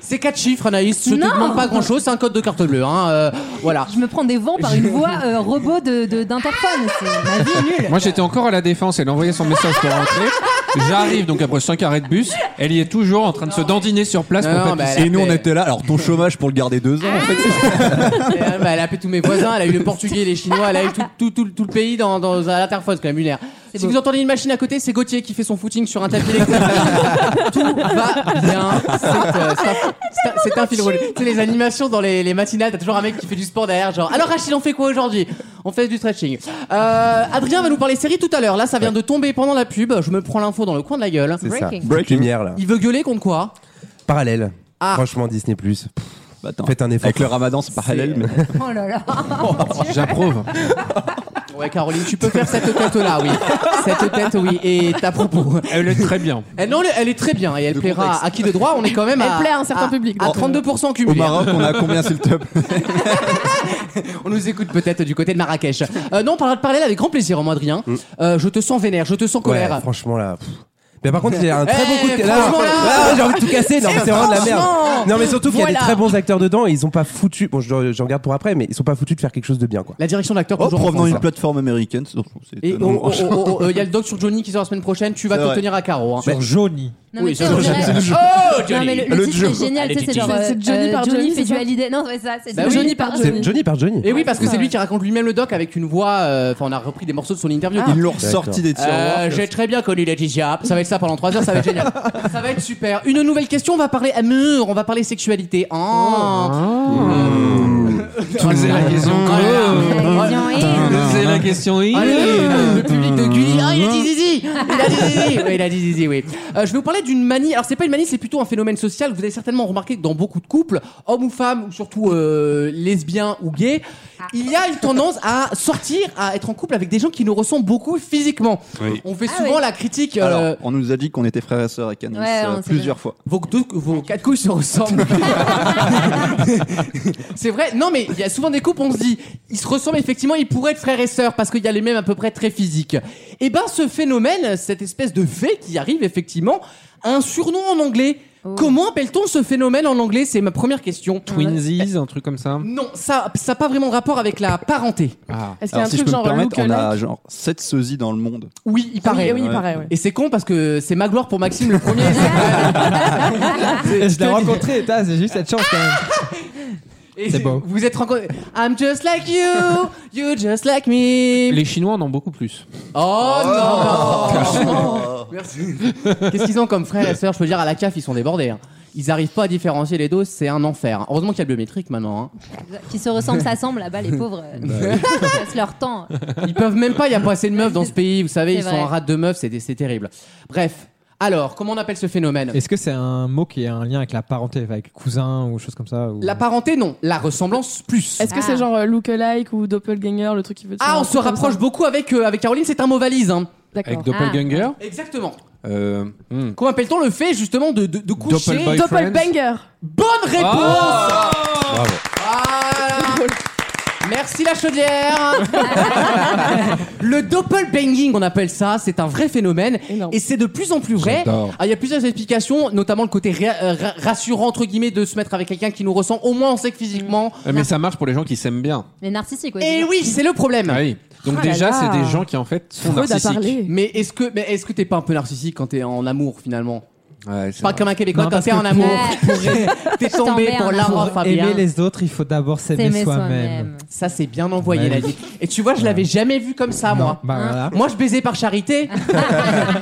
B: C'est quatre chiffres, Anaïs. Je te
E: Non.
B: demande pas grand chose, c'est un code de carte bleue. Hein. euh, voilà.
E: je me prends des vents par une voix euh, robot de- de- d'Interphone. C'est- Ma vie est nulle.
D: Moi, j'étais encore à la défense. Elle a envoyé son message pour rentrer. J'arrive donc après 5 arrêts de bus. Elle y est toujours en train de se dandiner sur place
B: Non,
D: pour
B: non,
D: pas
B: mais
D: pisser.
B: elle a
F: Et nous, on
B: fait-
F: était là. Alors, ton chômage pour le garder deux ans, en fait.
B: Elle, bah, elle a appelé tous mes voisins, elle a eu le portugais, les chinois, elle a eu tout, tout, tout, tout le pays dans, dans à l'interphone, c'est quand même lunaire.
E: C'est
B: Si
E: beau.
B: vous entendez une machine à côté, c'est Gauthier qui fait son footing sur un tapis électrique. tout va bien. C'est, euh, c'est un- c'est un- C'est un fil rouge. Tu sais, les animations dans les, les matinales, t'as toujours un mec qui fait du sport derrière, genre Alors Rachid, on fait quoi aujourd'hui On fait du stretching. Euh, Adrien va nous parler série tout à l'heure. Là, ça vient de tomber pendant la pub. Je me prends l'info dans le coin de la gueule.
H: C'est ça.
E: Breaking.
H: Break lumière là.
B: Il veut gueuler contre quoi
H: Parallèle.
B: Ah.
H: Franchement, Disney Plus.
F: Bah, attends.
H: Faites un effort.
F: Avec le ramadan, c'est parallèle. Mais...
E: Oh là là.
D: J'approuve.
B: Ouais, Caroline, tu peux faire cette tête-là, oui. Cette tête, oui. Et à propos.
D: Elle est très bien.
B: Eh non, elle est très bien et elle plaira à qui de droit. On est quand même
G: Elle
B: à,
G: plaît à un certain public,
B: À
G: donc, euh,
B: 32%
F: Au
B: cumulé.
F: Maroc, on a combien, s'il te plaît
B: On nous écoute peut-être du côté de Marrakech. Euh, non, on parlera de parallèle avec grand plaisir, au moins, Adrien. Euh, je te sens vénère, je te sens
H: Ouais,
B: colère.
H: franchement là. pff. Mais par contre, il y a un très
B: Eh,
H: bon coup de là,
B: franchement, là. Eh,
H: là, j'ai envie de tout casser. Non, mais c'est vraiment de la
G: franchement.
H: merde. Non, mais surtout qu'il y a
G: Voilà.
H: des très bons acteurs dedans et ils ont pas foutu. Bon, je- j'en garde pour après, mais ils sont pas foutus de faire quelque chose de bien, quoi.
B: La direction d'acteur
F: Oh,
B: toujours en
F: provenant
B: France,
F: d'une
B: hein.
F: plateforme américaine, c'est c'est
B: Et oh,
F: étonnant.
B: oh, oh, oh, oh, euh, il y a le doc sur Johnny qui sort la semaine prochaine. Tu vas
F: C'est
B: te
F: vrai.
B: tenir à carreau. hein.
C: Sur Johnny.
E: Non, mais tu sais, on dirait-
B: Oh,
E: Non, mais le, le
F: Le
E: titre
F: Joe.
E: est génial, tu sais, c'est genre.
G: C'est- c'est
E: euh,
G: Johnny par Johnny,
E: fait
G: c'est ça
E: du Hallyday. Non, c'est ça, c'est
B: Bah oui.
G: Johnny par Johnny.
H: C'est Johnny par Johnny.
B: Et oui, parce que c'est lui qui raconte lui-même le doc avec une voix. euh, Enfin, on a repris des morceaux de son interview.
F: Ils l'ont ressorti des tirs.
B: Euh, J'ai très bien connu Laetitia. Ça va être ça pendant 3 heures, ça va être génial. ça va être super. Une nouvelle question, on va parler amour, on va parler sexualité. Oh.
D: Posez la question.
B: Oh là là.
D: Oh, Posez la question.
B: Allez, le public de Gulli, ah, il a dit zizi Il a dit zizi Oui, il a dit zizi, oui. Euh, je vais vous parler d'une manie. Alors, c'est pas une manie, c'est plutôt un phénomène social. Vous avez certainement remarqué que dans beaucoup de couples, hommes ou femmes, ou surtout euh, lesbiens ou gays, il y a une tendance à sortir, à être en couple avec des gens qui nous ressemblent beaucoup physiquement. On fait
E: Ah
B: souvent
E: oui.
B: la critique. euh,
F: Alors, on nous a dit qu'on était frères et sœurs avec Anis
E: Ouais,
F: euh,
E: on sait
F: plusieurs fois.
B: Vos, deux- vos quatre couilles se ressemblent. c'est vrai. Non, mais il y a souvent des couples, on se dit, ils se ressemblent effectivement, ils pourraient être frères et sœurs parce qu'il y a les mêmes à peu près très physiques. Et ben, ce phénomène, cette espèce de fait qui arrive effectivement, a un surnom en anglais.
G: Oh.
B: Comment appelle-t-on ce phénomène en anglais C'est ma première question.
D: Twinsies, un truc comme ça.
B: Non, ça, ça n'a pas vraiment de rapport avec la parenté.
D: Ah.
G: Est-ce qu'il y a
F: Alors,
G: un
F: si je
G: truc
F: peux me
G: genre euh,
F: permettre, on
G: lookalike
F: a genre 7 sosies dans le monde.
B: Oui, il paraît.
G: Oui, oui, il paraît, ouais.
B: Et c'est con parce que c'est ma gloire pour Maxime le premier.
C: Je l'ai rencontré, et t'as, c'est juste cette chance quand même.
B: Et
C: C'est beau.
B: Vous êtes rencontrés. I'm just like you, you just like me.
D: Les Chinois en ont beaucoup plus.
B: Oh,
C: Oh.
B: non Merci. Qu'est-ce qu'ils ont comme frères et sœurs Je peux dire, à la CAF, ils sont débordés. hein. Ils n'arrivent pas à différencier les doses, c'est un enfer. hein. Heureusement qu'il y a le biométrique maintenant. hein.
E: Qui se ressemblent, s'assemblent là-bas, les pauvres. euh,
D: Bah
E: Ils passent leur temps. euh,
B: Ils peuvent même pas, il n'y a pas assez de meufs dans ce pays, vous savez,
E: C'est
B: ils sont
E: vrai.
B: en rate de meufs, c'est c'est terrible. Bref, alors, comment on appelle ce phénomène
C: Est-ce que c'est un mot qui a un lien avec la parenté, avec cousin ou chose comme ça ou-
B: La parenté, non. La ressemblance, plus.
G: Est-ce que
E: Ah.
G: c'est genre euh, lookalike ou doppelganger, le truc qui veut dire
B: Ah, on
G: un
B: se
G: truc comme ça
B: rapproche beaucoup avec, euh, avec Caroline, c'est un mot valise. hein.
G: D'accord. Ah.
D: Avec Doppelganger.
B: Exactement.
D: Euh, hmm.
B: Comment appelle-on le fait justement de, de, de coucher
D: Doppelboy friends.
G: Doppelbanger
B: Bonne réponse Oh.
D: Ah.
B: Voilà. Merci la chaudière Le doppelbanging, on appelle ça, c'est un vrai phénomène
G: Énorme.
B: et c'est de plus en plus vrai.
D: J'adore.
B: Ah, Il y a plusieurs explications, notamment le côté ra- euh, ra- rassurant, entre guillemets, de se mettre avec quelqu'un qui nous ressemble. Au moins, on sait que physiquement...
D: Euh, Mais ça marche pour les gens qui s'aiment bien.
E: Les narcissiques, ouais.
B: Et Mmh. Eh oui, c'est le problème
D: Ah oui. Donc
G: Ah là
D: déjà,
G: là.
D: c'est des gens qui en fait sont
G: Freud a
D: narcissiques.
G: parlé.
B: Mais est-ce que mais est-ce que t'es pas un peu narcissique quand t'es en amour finalement
D: Ouais, c'est
B: Pas
D: vrai.
B: comme un Québécois
C: Ah. Non,
B: quand
C: parce
B: t'es
C: que
B: en amour.
E: Ouais.
B: T'es
E: Je t'en
B: tombé
E: mets
B: pour
E: un
B: Laurent
E: amour.
C: Pour
B: Fabien.
C: aimer les autres, il faut d'abord s'aimer
E: S'aimer
C: soi-même.
E: soi-même.
B: Ça c'est bien envoyé
C: Ouais.
B: la vie. Et tu vois, je l'avais jamais vu comme ça moi.
C: Bah voilà.
B: Moi, je baisais par charité,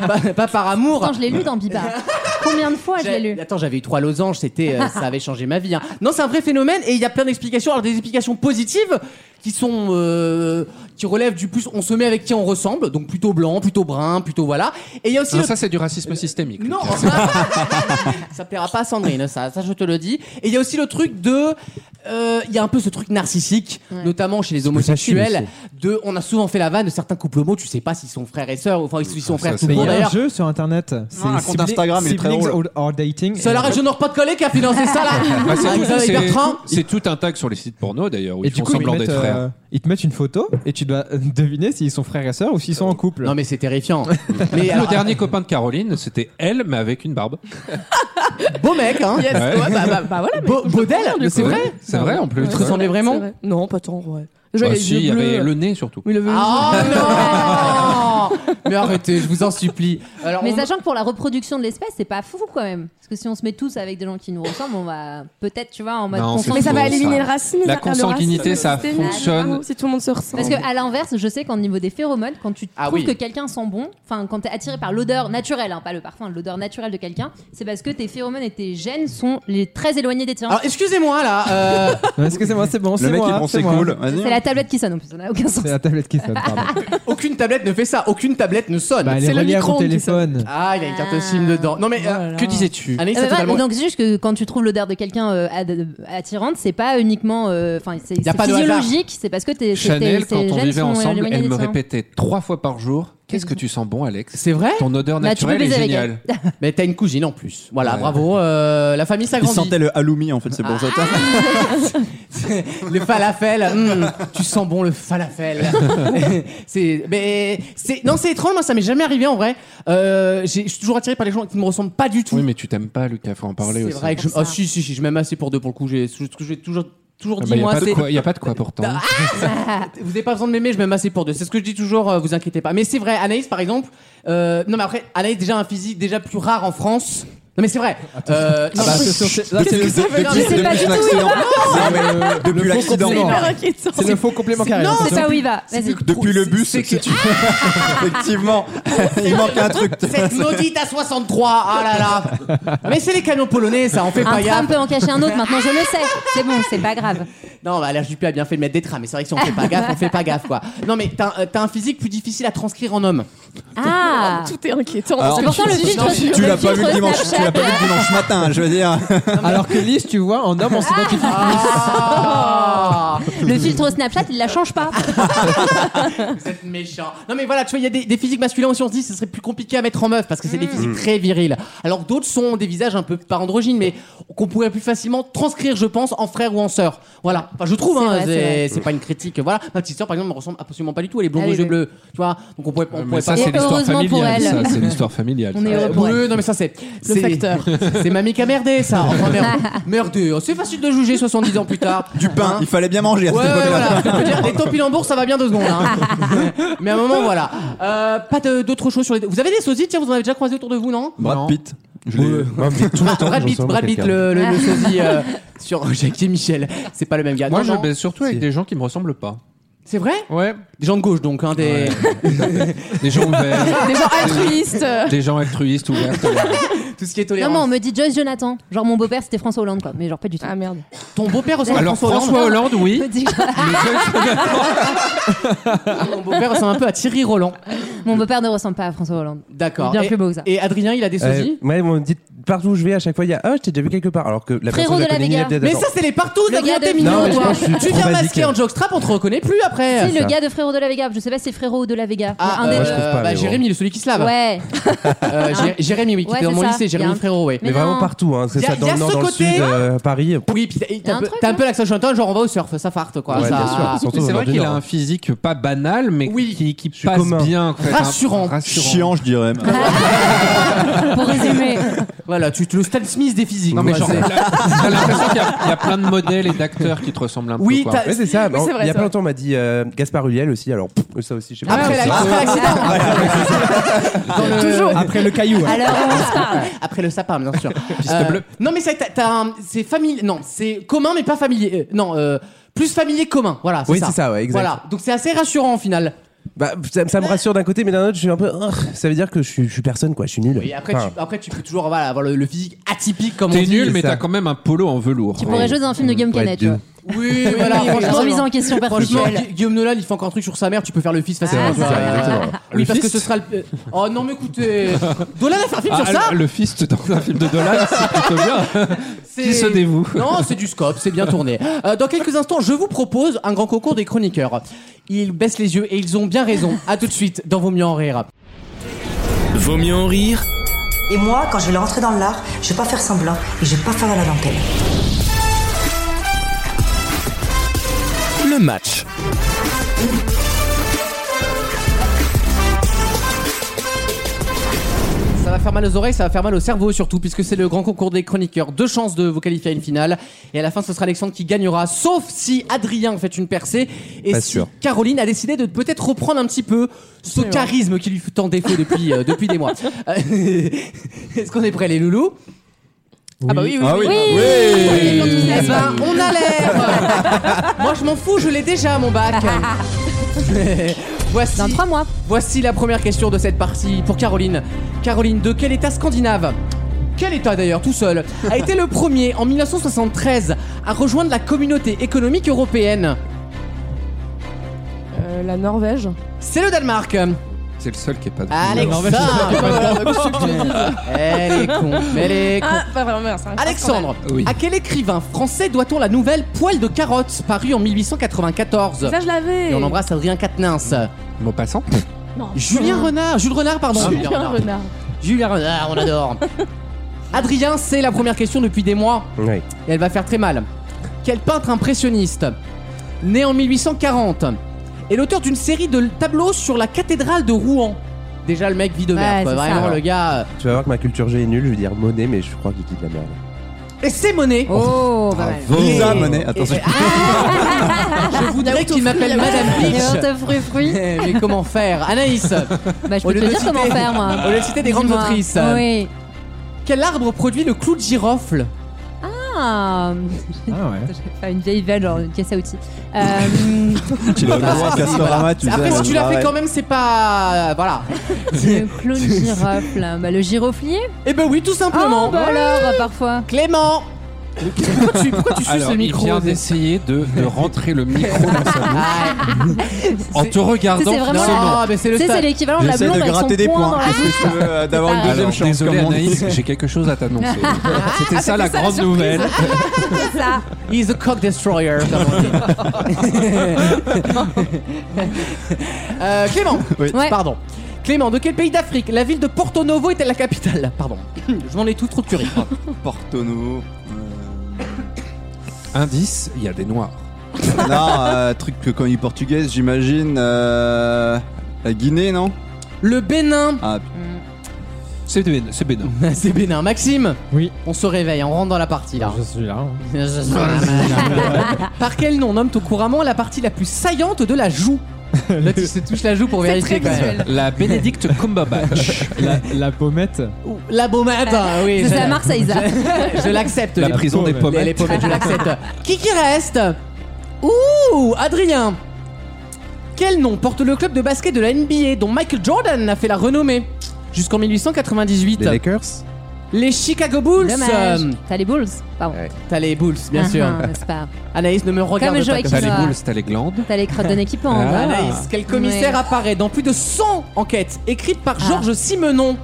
B: pas, pas par amour.
E: Attends, je l'ai lu dans Biba. Combien de fois je l'ai
B: J'ai-
E: lu
B: Attends, j'avais eu trois losanges, c'était, euh, ça avait changé ma vie. hein. Non, c'est un vrai phénomène et il y a plein d'explications. Alors des explications positives qui sont, euh, qui relèvent du plus, on se met avec qui on ressemble, donc plutôt blanc, plutôt brun, plutôt voilà. Et il y a aussi
C: Ah,
D: Non,
B: le-
D: ça, c'est du racisme systémique.
B: Non, ça plaira pas à Sandrine, ça, ça je te le dis. Et il y a aussi le truc de, euh, il y a un peu ce truc narcissique, notamment chez les homosexuels. De, on a souvent fait la vanne de certains couples homo, tu sais pas s'ils sont frères et sœurs, ou enfin
G: Ah,
B: s'ils sont frères
D: ça,
B: tout
D: c'est
C: Mais
B: court
C: il y a un
B: d'ailleurs.
C: jeu sur internet. C'est
F: un compte
C: Sibling-
F: Instagram, il est très
C: Siblings
F: drôle.
C: or- or dating.
B: C'est la
C: Et-
B: région Nord-Pas-de-Calais qui a financé ça là
D: Bah, c'est
B: Ah,
D: tout-
B: vous savez,
D: c'est-
B: Bertrand
D: C'est tout un tag sur les sites porno d'ailleurs où
C: Et
D: ils
C: du
D: font
C: coup, ils te,
D: semblant
C: mettent,
D: d'être
C: euh,
D: frères.
C: ils te mettent une photo et tu dois euh, deviner s'ils sont frères et sœurs ou s'ils sont en couple.
B: Non mais c'est terrifiant. mais
D: Le
B: alors,
D: dernier copain de Caroline, c'était elle, mais avec une barbe.
B: beau mec hein.
G: Yes.
D: Ouais.
G: Ouais, bah, bah, bah voilà, mais
B: Beau- Baudel, mais c'est
D: Ouais,
B: vrai.
D: C'est vrai en plus.
B: Tu te
D: Ouais.
B: ressemblais vraiment
G: C'est vrai. Non, pas tant, ouais. Je
D: Bah
G: les
D: si,
G: yeux
D: il y avait
G: bleus.
D: le nez surtout.
G: euh, Oui, le bleu.
B: Ah non Mais arrêtez, je vous en supplie. Alors,
E: Mais
B: on-
E: sachant que pour la reproduction de l'espèce, c'est pas fou quand même. Parce que si on se met tous avec des gens qui nous ressemblent, on va peut-être, tu vois, en mode
D: Non, c'est
E: consensus.
G: Mais ça va
D: faux,
G: éliminer
D: ça.
G: le racisme.
D: La
G: le racisme
D: consanguinité, ça
G: systémique.
D: fonctionne.
G: Si tout le monde se ressemble.
E: Parce que à l'inverse, je sais qu'au niveau des phéromones, quand tu
B: Ah
E: trouves
B: oui.
E: que quelqu'un sent bon, enfin quand t'es attiré par l'odeur naturelle, hein, pas le parfum, l'odeur naturelle de quelqu'un, c'est parce que tes phéromones et tes gènes sont les très éloignés des tiens.
D: Ah,
B: alors, excusez-moi là. euh,
C: Non, Excusez-moi, c'est bon, c'est
F: Le mec,
C: moi,
F: il pense c'est
C: moi.
F: cool. Vas-y.
E: c'est la tablette qui sonne en plus, ça n'a aucun sens.
C: C'est la tablette qui sonne, pardon.
B: aucune tablette ne fait ça. Aucune tablette ne sonne.
C: Bah, elle est
B: c'est le
C: reliée à mon
B: micro-ondes qui sonne.
C: téléphone.
B: Ah, il y a une carte SIM dedans. Non mais euh,
G: Voilà.
D: Que disais-tu
B: Anaïs,
E: Ah,
B: c'est
E: bah,
B: totalement.
E: Donc c'est juste que quand tu trouves l'odeur de quelqu'un euh, ad- attirante, c'est pas uniquement, euh, enfin c'est
B: Y a
E: c'est
B: pas de
E: physiologique, c'est parce que tes c'est-
D: Chanel,
E: tes-
D: quand
E: tes
D: on
E: gènes
D: vivait
E: sont
D: ensemble,
E: éloignés
D: elle
E: des
D: me
E: tiens.
D: répétait trois fois par jour Qu'est-ce que tu sens bon, Alex
B: C'est vrai
D: Ton odeur
E: Bah, tu peux
D: naturelle est
E: baiser avec
D: géniale.
B: Mais t'as une cousine en plus. Voilà,
D: Ouais.
B: bravo. euh, la famille
F: Il
B: s'agrandit.
F: sentait le halloumi en fait, c'est pour ça.
B: le falafel. hum, tu sens bon le falafel. c'est, mais c'est, non, c'est étrange. Moi, ça m'est jamais arrivé en vrai. Euh, j'ai- je suis toujours attiré par les gens qui ne me ressemblent pas du tout.
D: Oui, mais tu t'aimes pas, Lucas, faut en parler
B: c'est
D: aussi.
B: vrai que je,
E: Pour
B: ah,
E: ça.
B: si, si, si, je m'aime assez pour deux pour le coup. J'ai, j'ai toujours toujours
D: Il
B: dit,
D: n'y
B: moi, c'est.
D: Ah, bah, a, pas de quoi pourtant.
B: Vous n'avez pas besoin de m'aimer, je m'aime assez pour deux. C'est ce que je dis toujours, euh, vous inquiétez pas. Mais c'est vrai, Anaïs, par exemple. euh, non, mais après, Anaïs, déjà un physique déjà plus rare en France. Non, mais c'est vrai. Euh,
D: Ah Bah,
B: non, mais-
E: Je sais pas du tout.
D: Euh,
F: Depuis l'accident.
G: Hyper inquiétant.
C: C'est le faux complémentaire.
E: Non, c'est pas où il va. Vas-y.
F: Depuis le bus, si tu- effectivement, il manque un truc.
B: Cette maudite à 63, ah là là. Mais c'est les canaux polonais, ça en fait pas
E: Un tram
B: gaffe.
E: peut en cacher un autre, maintenant je le sais. C'est bon, c'est pas grave.
B: Non, bah, l'air du a bien fait de mettre des trams, mais c'est vrai que si on fait pas gaffe, on fait pas gaffe quoi. Non, mais t'as euh, t'as un physique plus difficile à transcrire en homme.
E: Ah
G: Tout est inquiétant.
F: Alors,
G: C'est
E: C'est pourtant le filtre.
F: Tu l'as pas vu
E: filtre
F: le dimanche, tu l'as
E: Snapchat.
F: pas vu le dimanche matin, je veux dire.
C: Alors que Lise, tu vois, en homme, on s'identifie.
B: Ah
E: Le filtre Snapchat, il la change pas.
B: Vous êtes méchant. Non, mais voilà, tu vois, il y a des, des physiques masculins aussi, on se dit, ce serait plus compliqué à mettre en meuf parce que c'est
E: Mm.
B: des physiques très virils. Alors que d'autres sont des visages un peu pas androgynes, mais qu'on pourrait plus facilement transcrire, je pense, en frère ou en sœur. Voilà. Enfin, je trouve,
E: C'est
B: hein,
E: vrai,
B: c'est
E: c'est
B: c'est pas une critique. Voilà. Ma petite sœur, par exemple, me ressemble absolument pas du tout. Elle est blonde
E: Elle
B: aux
E: est Euh,
B: yeux
E: bleue.
B: bleus. Tu vois, donc on pourrait, on pourrait
D: Mais ça,
B: pas.
D: c'est l'histoire
E: heureusement pour
D: familiale.
E: elle.
D: Ça, c'est l'histoire familiale.
E: On
D: ça.
E: est heureux pour elle.
B: Oui, non, mais ça, c'est.
G: Le
B: c'est-
G: facteur.
B: C'est mamie qui a merdé, ça. Enfin, merde. merdé. C'est facile de juger 70 ans plus tard.
F: Du pain,
B: Hein
F: il fallait bien manger à
B: Ouais,
F: cette
B: ouais,
F: époque-là.
B: voilà. Je veux dire, les topinambours, ça va bien deux secondes. hein. Mais à un moment, voilà. Euh, pas de- d'autres choses sur les. Vous avez des sosies Tiens, vous en avez déjà croisé autour de vous, non
F: Brad Pitt. Je l'ai-
B: Ah, Brad Pitt, Brad Pitt, le, le, le sosie euh, sur Jackie Michel. C'est pas le même gars.
D: Moi,
B: Non,
D: je
B: non.
D: baise surtout avec
H: Si.
D: des gens qui me ressemblent pas.
B: C'est vrai
D: Ouais.
B: Des gens de gauche, donc. Hein, des...
D: Des gens ouverts,
G: Des gens altruistes.
D: des gens altruistes ouverts. tolérants.
B: Tout ce qui est
E: Non,
B: tolérant.
E: mais on me dit Joyce Jonathan. Genre mon beau-père, c'était François Hollande, quoi. Mais genre pas du tout.
G: Ah merde.
B: Ton beau-père ressemble à
D: Alors François Hollande, oui.
E: On me dit que
D: mais Joyce-
B: Mon beau-père ressemble un peu à Thierry Roland.
E: Mon beau-père ne ressemble pas à François Hollande.
B: D'accord.
E: Bien
B: Et-
E: plus beau que ça.
B: Et Adrien, il a des sosies
H: Ouais, on me dit partout où je vais, à chaque fois, il y a Ah, je t'ai déjà vu quelque part. Alors que la
E: Frérot
H: personne
E: de
H: la
E: la
H: connaît ni
E: Vega.
H: la tête.
B: Mais
H: Attends.
B: ça, c'est les partout,
E: Le
B: Adrien,
E: gars de
B: t'es
E: Non,
B: mignon,
E: mais je
B: toi.
E: pense
H: que je suis
B: Tu
H: trop
B: viens
H: basique.
B: masquer en jockstrap, on te reconnaît plus après.
E: Si,
H: ça.
E: le gars de Frérot de la Vega, je sais pas si c'est Frérot de la Vega.
B: Ah,
E: un des
B: euh,
H: Ouais, je trouve pas,
B: bah,
H: mais bon.
B: Jérémy, le celui qui se lave.
E: deux.
B: Euh,
E: Ouais. Hein
B: Jé- Jérémy, oui, qui
E: Ouais,
B: était dans
E: c'est
B: mon
E: ça.
B: lycée, Jérémy
E: Il y a un-
B: frérot, oui.
H: Mais,
E: Mais
H: vraiment
E: non.
H: partout, hein. c'est
B: Y a-
H: ça, dans
B: y a
H: le nord,
B: ce
H: dans le
B: côté,
H: sud,
B: hein.
H: euh, Paris.
B: Oui, puis t'as-
E: y
B: t'as
E: a
B: un
E: un
B: peu-
E: truc,
B: t'as un peu
E: hein.
B: l'accent chantant, genre on va au surf, ça farte quoi.
H: Ouais,
B: ça...
H: bien sûr, surtout
D: Mais
H: au
D: c'est
H: nord
D: vrai
H: du
D: qu'il a
H: Nord.
D: un physique pas banal, mais
B: Oui.
D: qui, qui
H: suis
D: passe
H: commun.
D: bien. en fait, hein. un-
B: Rassurant.
F: Chiant, je dirais.
E: Pour résumer.
B: Voilà, tu te le Stan Smith des physiques.
D: Non mais
B: quoi,
D: genre,
B: c'est-
D: j'ai l'impression qu'il y, a- il y a plein de modèles et d'acteurs qui te ressemblent un
B: Oui,
D: peu. quoi.
B: t'as-
H: Ouais, c'est ça. mais
G: c'est
H: on-
G: vrai,
H: il y
G: c'est
H: a pas
G: vrai.
H: longtemps, on m'a dit euh, Gaspard Ulliel aussi. Alors, pff, ça aussi, je sais pas.
B: Après la-
H: Ah,
B: après l'accident.
G: Toujours.
C: Après le caillou. ouais.
E: Alors on se parle.
B: Ah, Après le sapin, bien sûr.
D: Piste
B: Euh,
D: bleue.
B: Non, mais c'est vrai que t'as- t'as un- c'est familier. Non, c'est commun, mais pas familier. euh, non, euh, plus familier commun. Voilà, c'est
H: Oui,
B: ça.
H: c'est ça, ouais, exact.
B: Voilà, donc c'est assez rassurant en final.
H: bah, ça, ça me rassure d'un côté, mais d'un autre, je suis un peu. Ah, ça veut dire que je suis, je suis personne, quoi. Je suis nul.
B: Et après,
H: Enfin,
B: tu, après, tu peux toujours voilà, avoir le, le physique atypique comme on
D: T'es
B: dit.
D: nul, mais
H: ça.
D: t'as quand même un polo en velours.
E: Tu pourrais jouer dans un film de Guillaume
H: ouais,
E: Canet, tu
H: deux.
E: vois.
B: Oui, voilà,
E: Voilà, remise
B: franchement.
E: en question
B: Franchement,
E: perpétuelle.
B: Gu- Guillaume Nolan, il fait encore un truc sur sa mère, tu peux faire le fils facilement.
E: Ah,
B: tu vois.
H: c'est ça, exactement.
B: Oui,
D: Le
B: parce que
D: fils
B: ce sera le. Oh non, mais écoutez. Dolan a fait un film
D: Ah,
B: sur ça
D: le, le fist dans un film de Dolan, c'est plutôt bien.
B: C'est-
D: Qui se dévoue
B: Non, c'est du scope, c'est bien tourné. Euh, dans quelques instants, je vous propose un grand concours des chroniqueurs. Ils baissent les yeux et ils ont bien raison. À tout de suite dans Vos mieux en rire.
A: Vaut mieux en rire
J: Ah, Et moi, quand je vais rentrer dans l'art, je vais pas faire semblant et je vais pas faire à la dentelle.
A: le match.
B: Ça va faire mal aux oreilles, ça va faire mal au cerveau surtout, puisque c'est le grand concours des chroniqueurs. Deux chances de vous qualifier à une finale. Et à la fin, ce sera Alexandre qui gagnera, sauf si Adrien fait une percée. Et
H: Pas
B: si
H: sûr.
B: Caroline a décidé de peut-être reprendre un petit peu ce charisme qui lui fait tant défaut depuis, euh, depuis des mois. Euh, Est-ce qu'on est prêts, les loulous
G: Ah bah oui, oui.
F: Ah oui.
B: Oui, Eh ben, on a l'air Moi, je m'en fous, je l'ai déjà, mon bac Voici,
E: Dans trois mois.
B: voici la première question de cette partie pour Caroline. Caroline, de quel état scandinave quel État d'ailleurs, tout seul, a été le premier en 1973 à rejoindre la communauté économique européenne
G: Euh, la Norvège.
B: C'est le Danemark
D: C'est le seul qui est pas
B: Allez,
D: Non,
B: ça Elle est con, mais elle est con.
G: Ah, pas vraiment. c'est un grand
B: Alexandre,
D: Oui.
B: à quel écrivain français doit-on la nouvelle Poil de carotte parue en 1894
G: scandale. Ça, je l'avais.
B: Et on embrasse Adrien Quatennens.
D: Mot passant.
G: Non.
B: Julien Renard, Jules Renard, pardon.
G: Julien Renard.
B: Julien Renard, on adore. Adrien, c'est la première question depuis des mois
H: ouais.
B: et elle va faire très mal. Quel peintre impressionniste, né en 1840, est l'auteur d'une série de tableaux sur la cathédrale de Rouen Déjà, le mec vit de merde,
E: Ouais,
B: quoi.
E: c'est ça.
B: vraiment, le gars. euh,
H: Tu vas voir que ma culture G est nulle. Je vais dire Monet, mais je crois qu'il dit de la merde.
B: Et c'est Monet. bah
E: Oh, pas mal.
F: Lisa Monet, attention.
B: Je voudrais qu'il m'appelle Madame Peach.
E: Yaourt, fruits, fruits.
B: Eh, Mais comment faire Anaïs,
E: Bah, je
B: Au
E: peux
B: lieu
E: te
B: de
E: dire
B: citer-
E: comment faire, moi.
B: au lieu de citer des grandes
E: Ah. Dis-moi.
B: autrices. euh,
E: Oui.
B: quel arbre produit le clou de girofle
E: Ah,
C: Ah ouais.
E: Enfin, une vieille vanne, genre une caisse à outils. Euh,
F: Tu l'as vu à Castorama, tu
B: Après, si
F: faisais la
B: tu l'as fait
F: barrette.
B: quand même, c'est pas. euh, Voilà.
E: le clown girofle. Bah, le giroflier
B: Eh ben oui, tout simplement.
E: Ah, bah alors, parfois.
B: Clément Pourquoi tu, pourquoi tu suces
D: Alors,
B: le
D: il
B: micro
D: vient d'essayer de, de rentrer le micro dans sa bouche en te regardant
E: C'est vraiment
D: fixement.
B: Ah, mais c'est
E: Tu
B: le
E: sais, c'est
B: stade.
E: l'équivalent de la
F: J'essaie
E: blonde
F: de
E: avec son
F: gratter des
E: poing dans
F: points.
E: la
F: Est-ce que tu veux euh, d'avoir une
E: Alors,
F: deuxième
D: Alors,
F: chance
D: désolé
F: comme on dit
D: Anaïs, j'ai quelque chose à t'annoncer. C'était ça la grande nouvelle.
E: C'est ça.
B: He's a cock destroyer, comme on dit. Euh, Clément
F: Oui.
E: Ouais.
B: Pardon. Clément, de quel pays d'Afrique la ville de Porto Novo est-elle la capitale Pardon. Je m'en ai tout trop curé.
F: Porto Novo. Euh,
D: Indice, il y a des noirs.
F: Non, euh, truc que quand il est portugaise, j'imagine. euh, La Guinée, non
B: Le Bénin.
F: Ah,
D: C'est bé- c'est bénin.
B: C'est Bénin. Maxime
C: Oui.
B: On se réveille, on rentre dans la partie là.
C: Je suis là. hein.
B: Par quel nom nomme-t-on couramment la partie la plus saillante de la joue Là, tu se touches la joue pour vérifier quand même.
D: La Bénédicte Cumberbatch.
C: La, la pommette.
B: Ouh, La baumette, hein, oui.
E: C'est
B: je-
E: ça, Marseille, ça.
B: Je l'accepte.
D: La
B: les-
D: prison des
C: pauvre.
B: les, les
D: pommettes.
B: pommettes, je l'accepte. Qui qui reste Ouh, Adrien. Quel nom porte le club de basket de la NBA dont Michael Jordan a fait la renommée jusqu'en 1898
H: Les Lakers
B: Les Chicago Bulls.
E: Dommage.
B: euh,
E: T'as les bulls Pardon.
B: T'as les Bulls, bien
E: Ah,
B: sûr.
E: ah, c'est pas.
B: Anaïs ne me regarde
E: le jeu
B: pas.
E: avec
B: comme ça.
D: T'as les
E: Quinoa.
D: boules, t'as les glandes.
E: T'as les crottes d'un équipement.
D: Ah.
E: voilà.
B: Anaïs, quel commissaire
E: hein. Ouais.
B: apparaît dans plus de 100 enquêtes écrites par
E: Ah.
B: Georges Simenon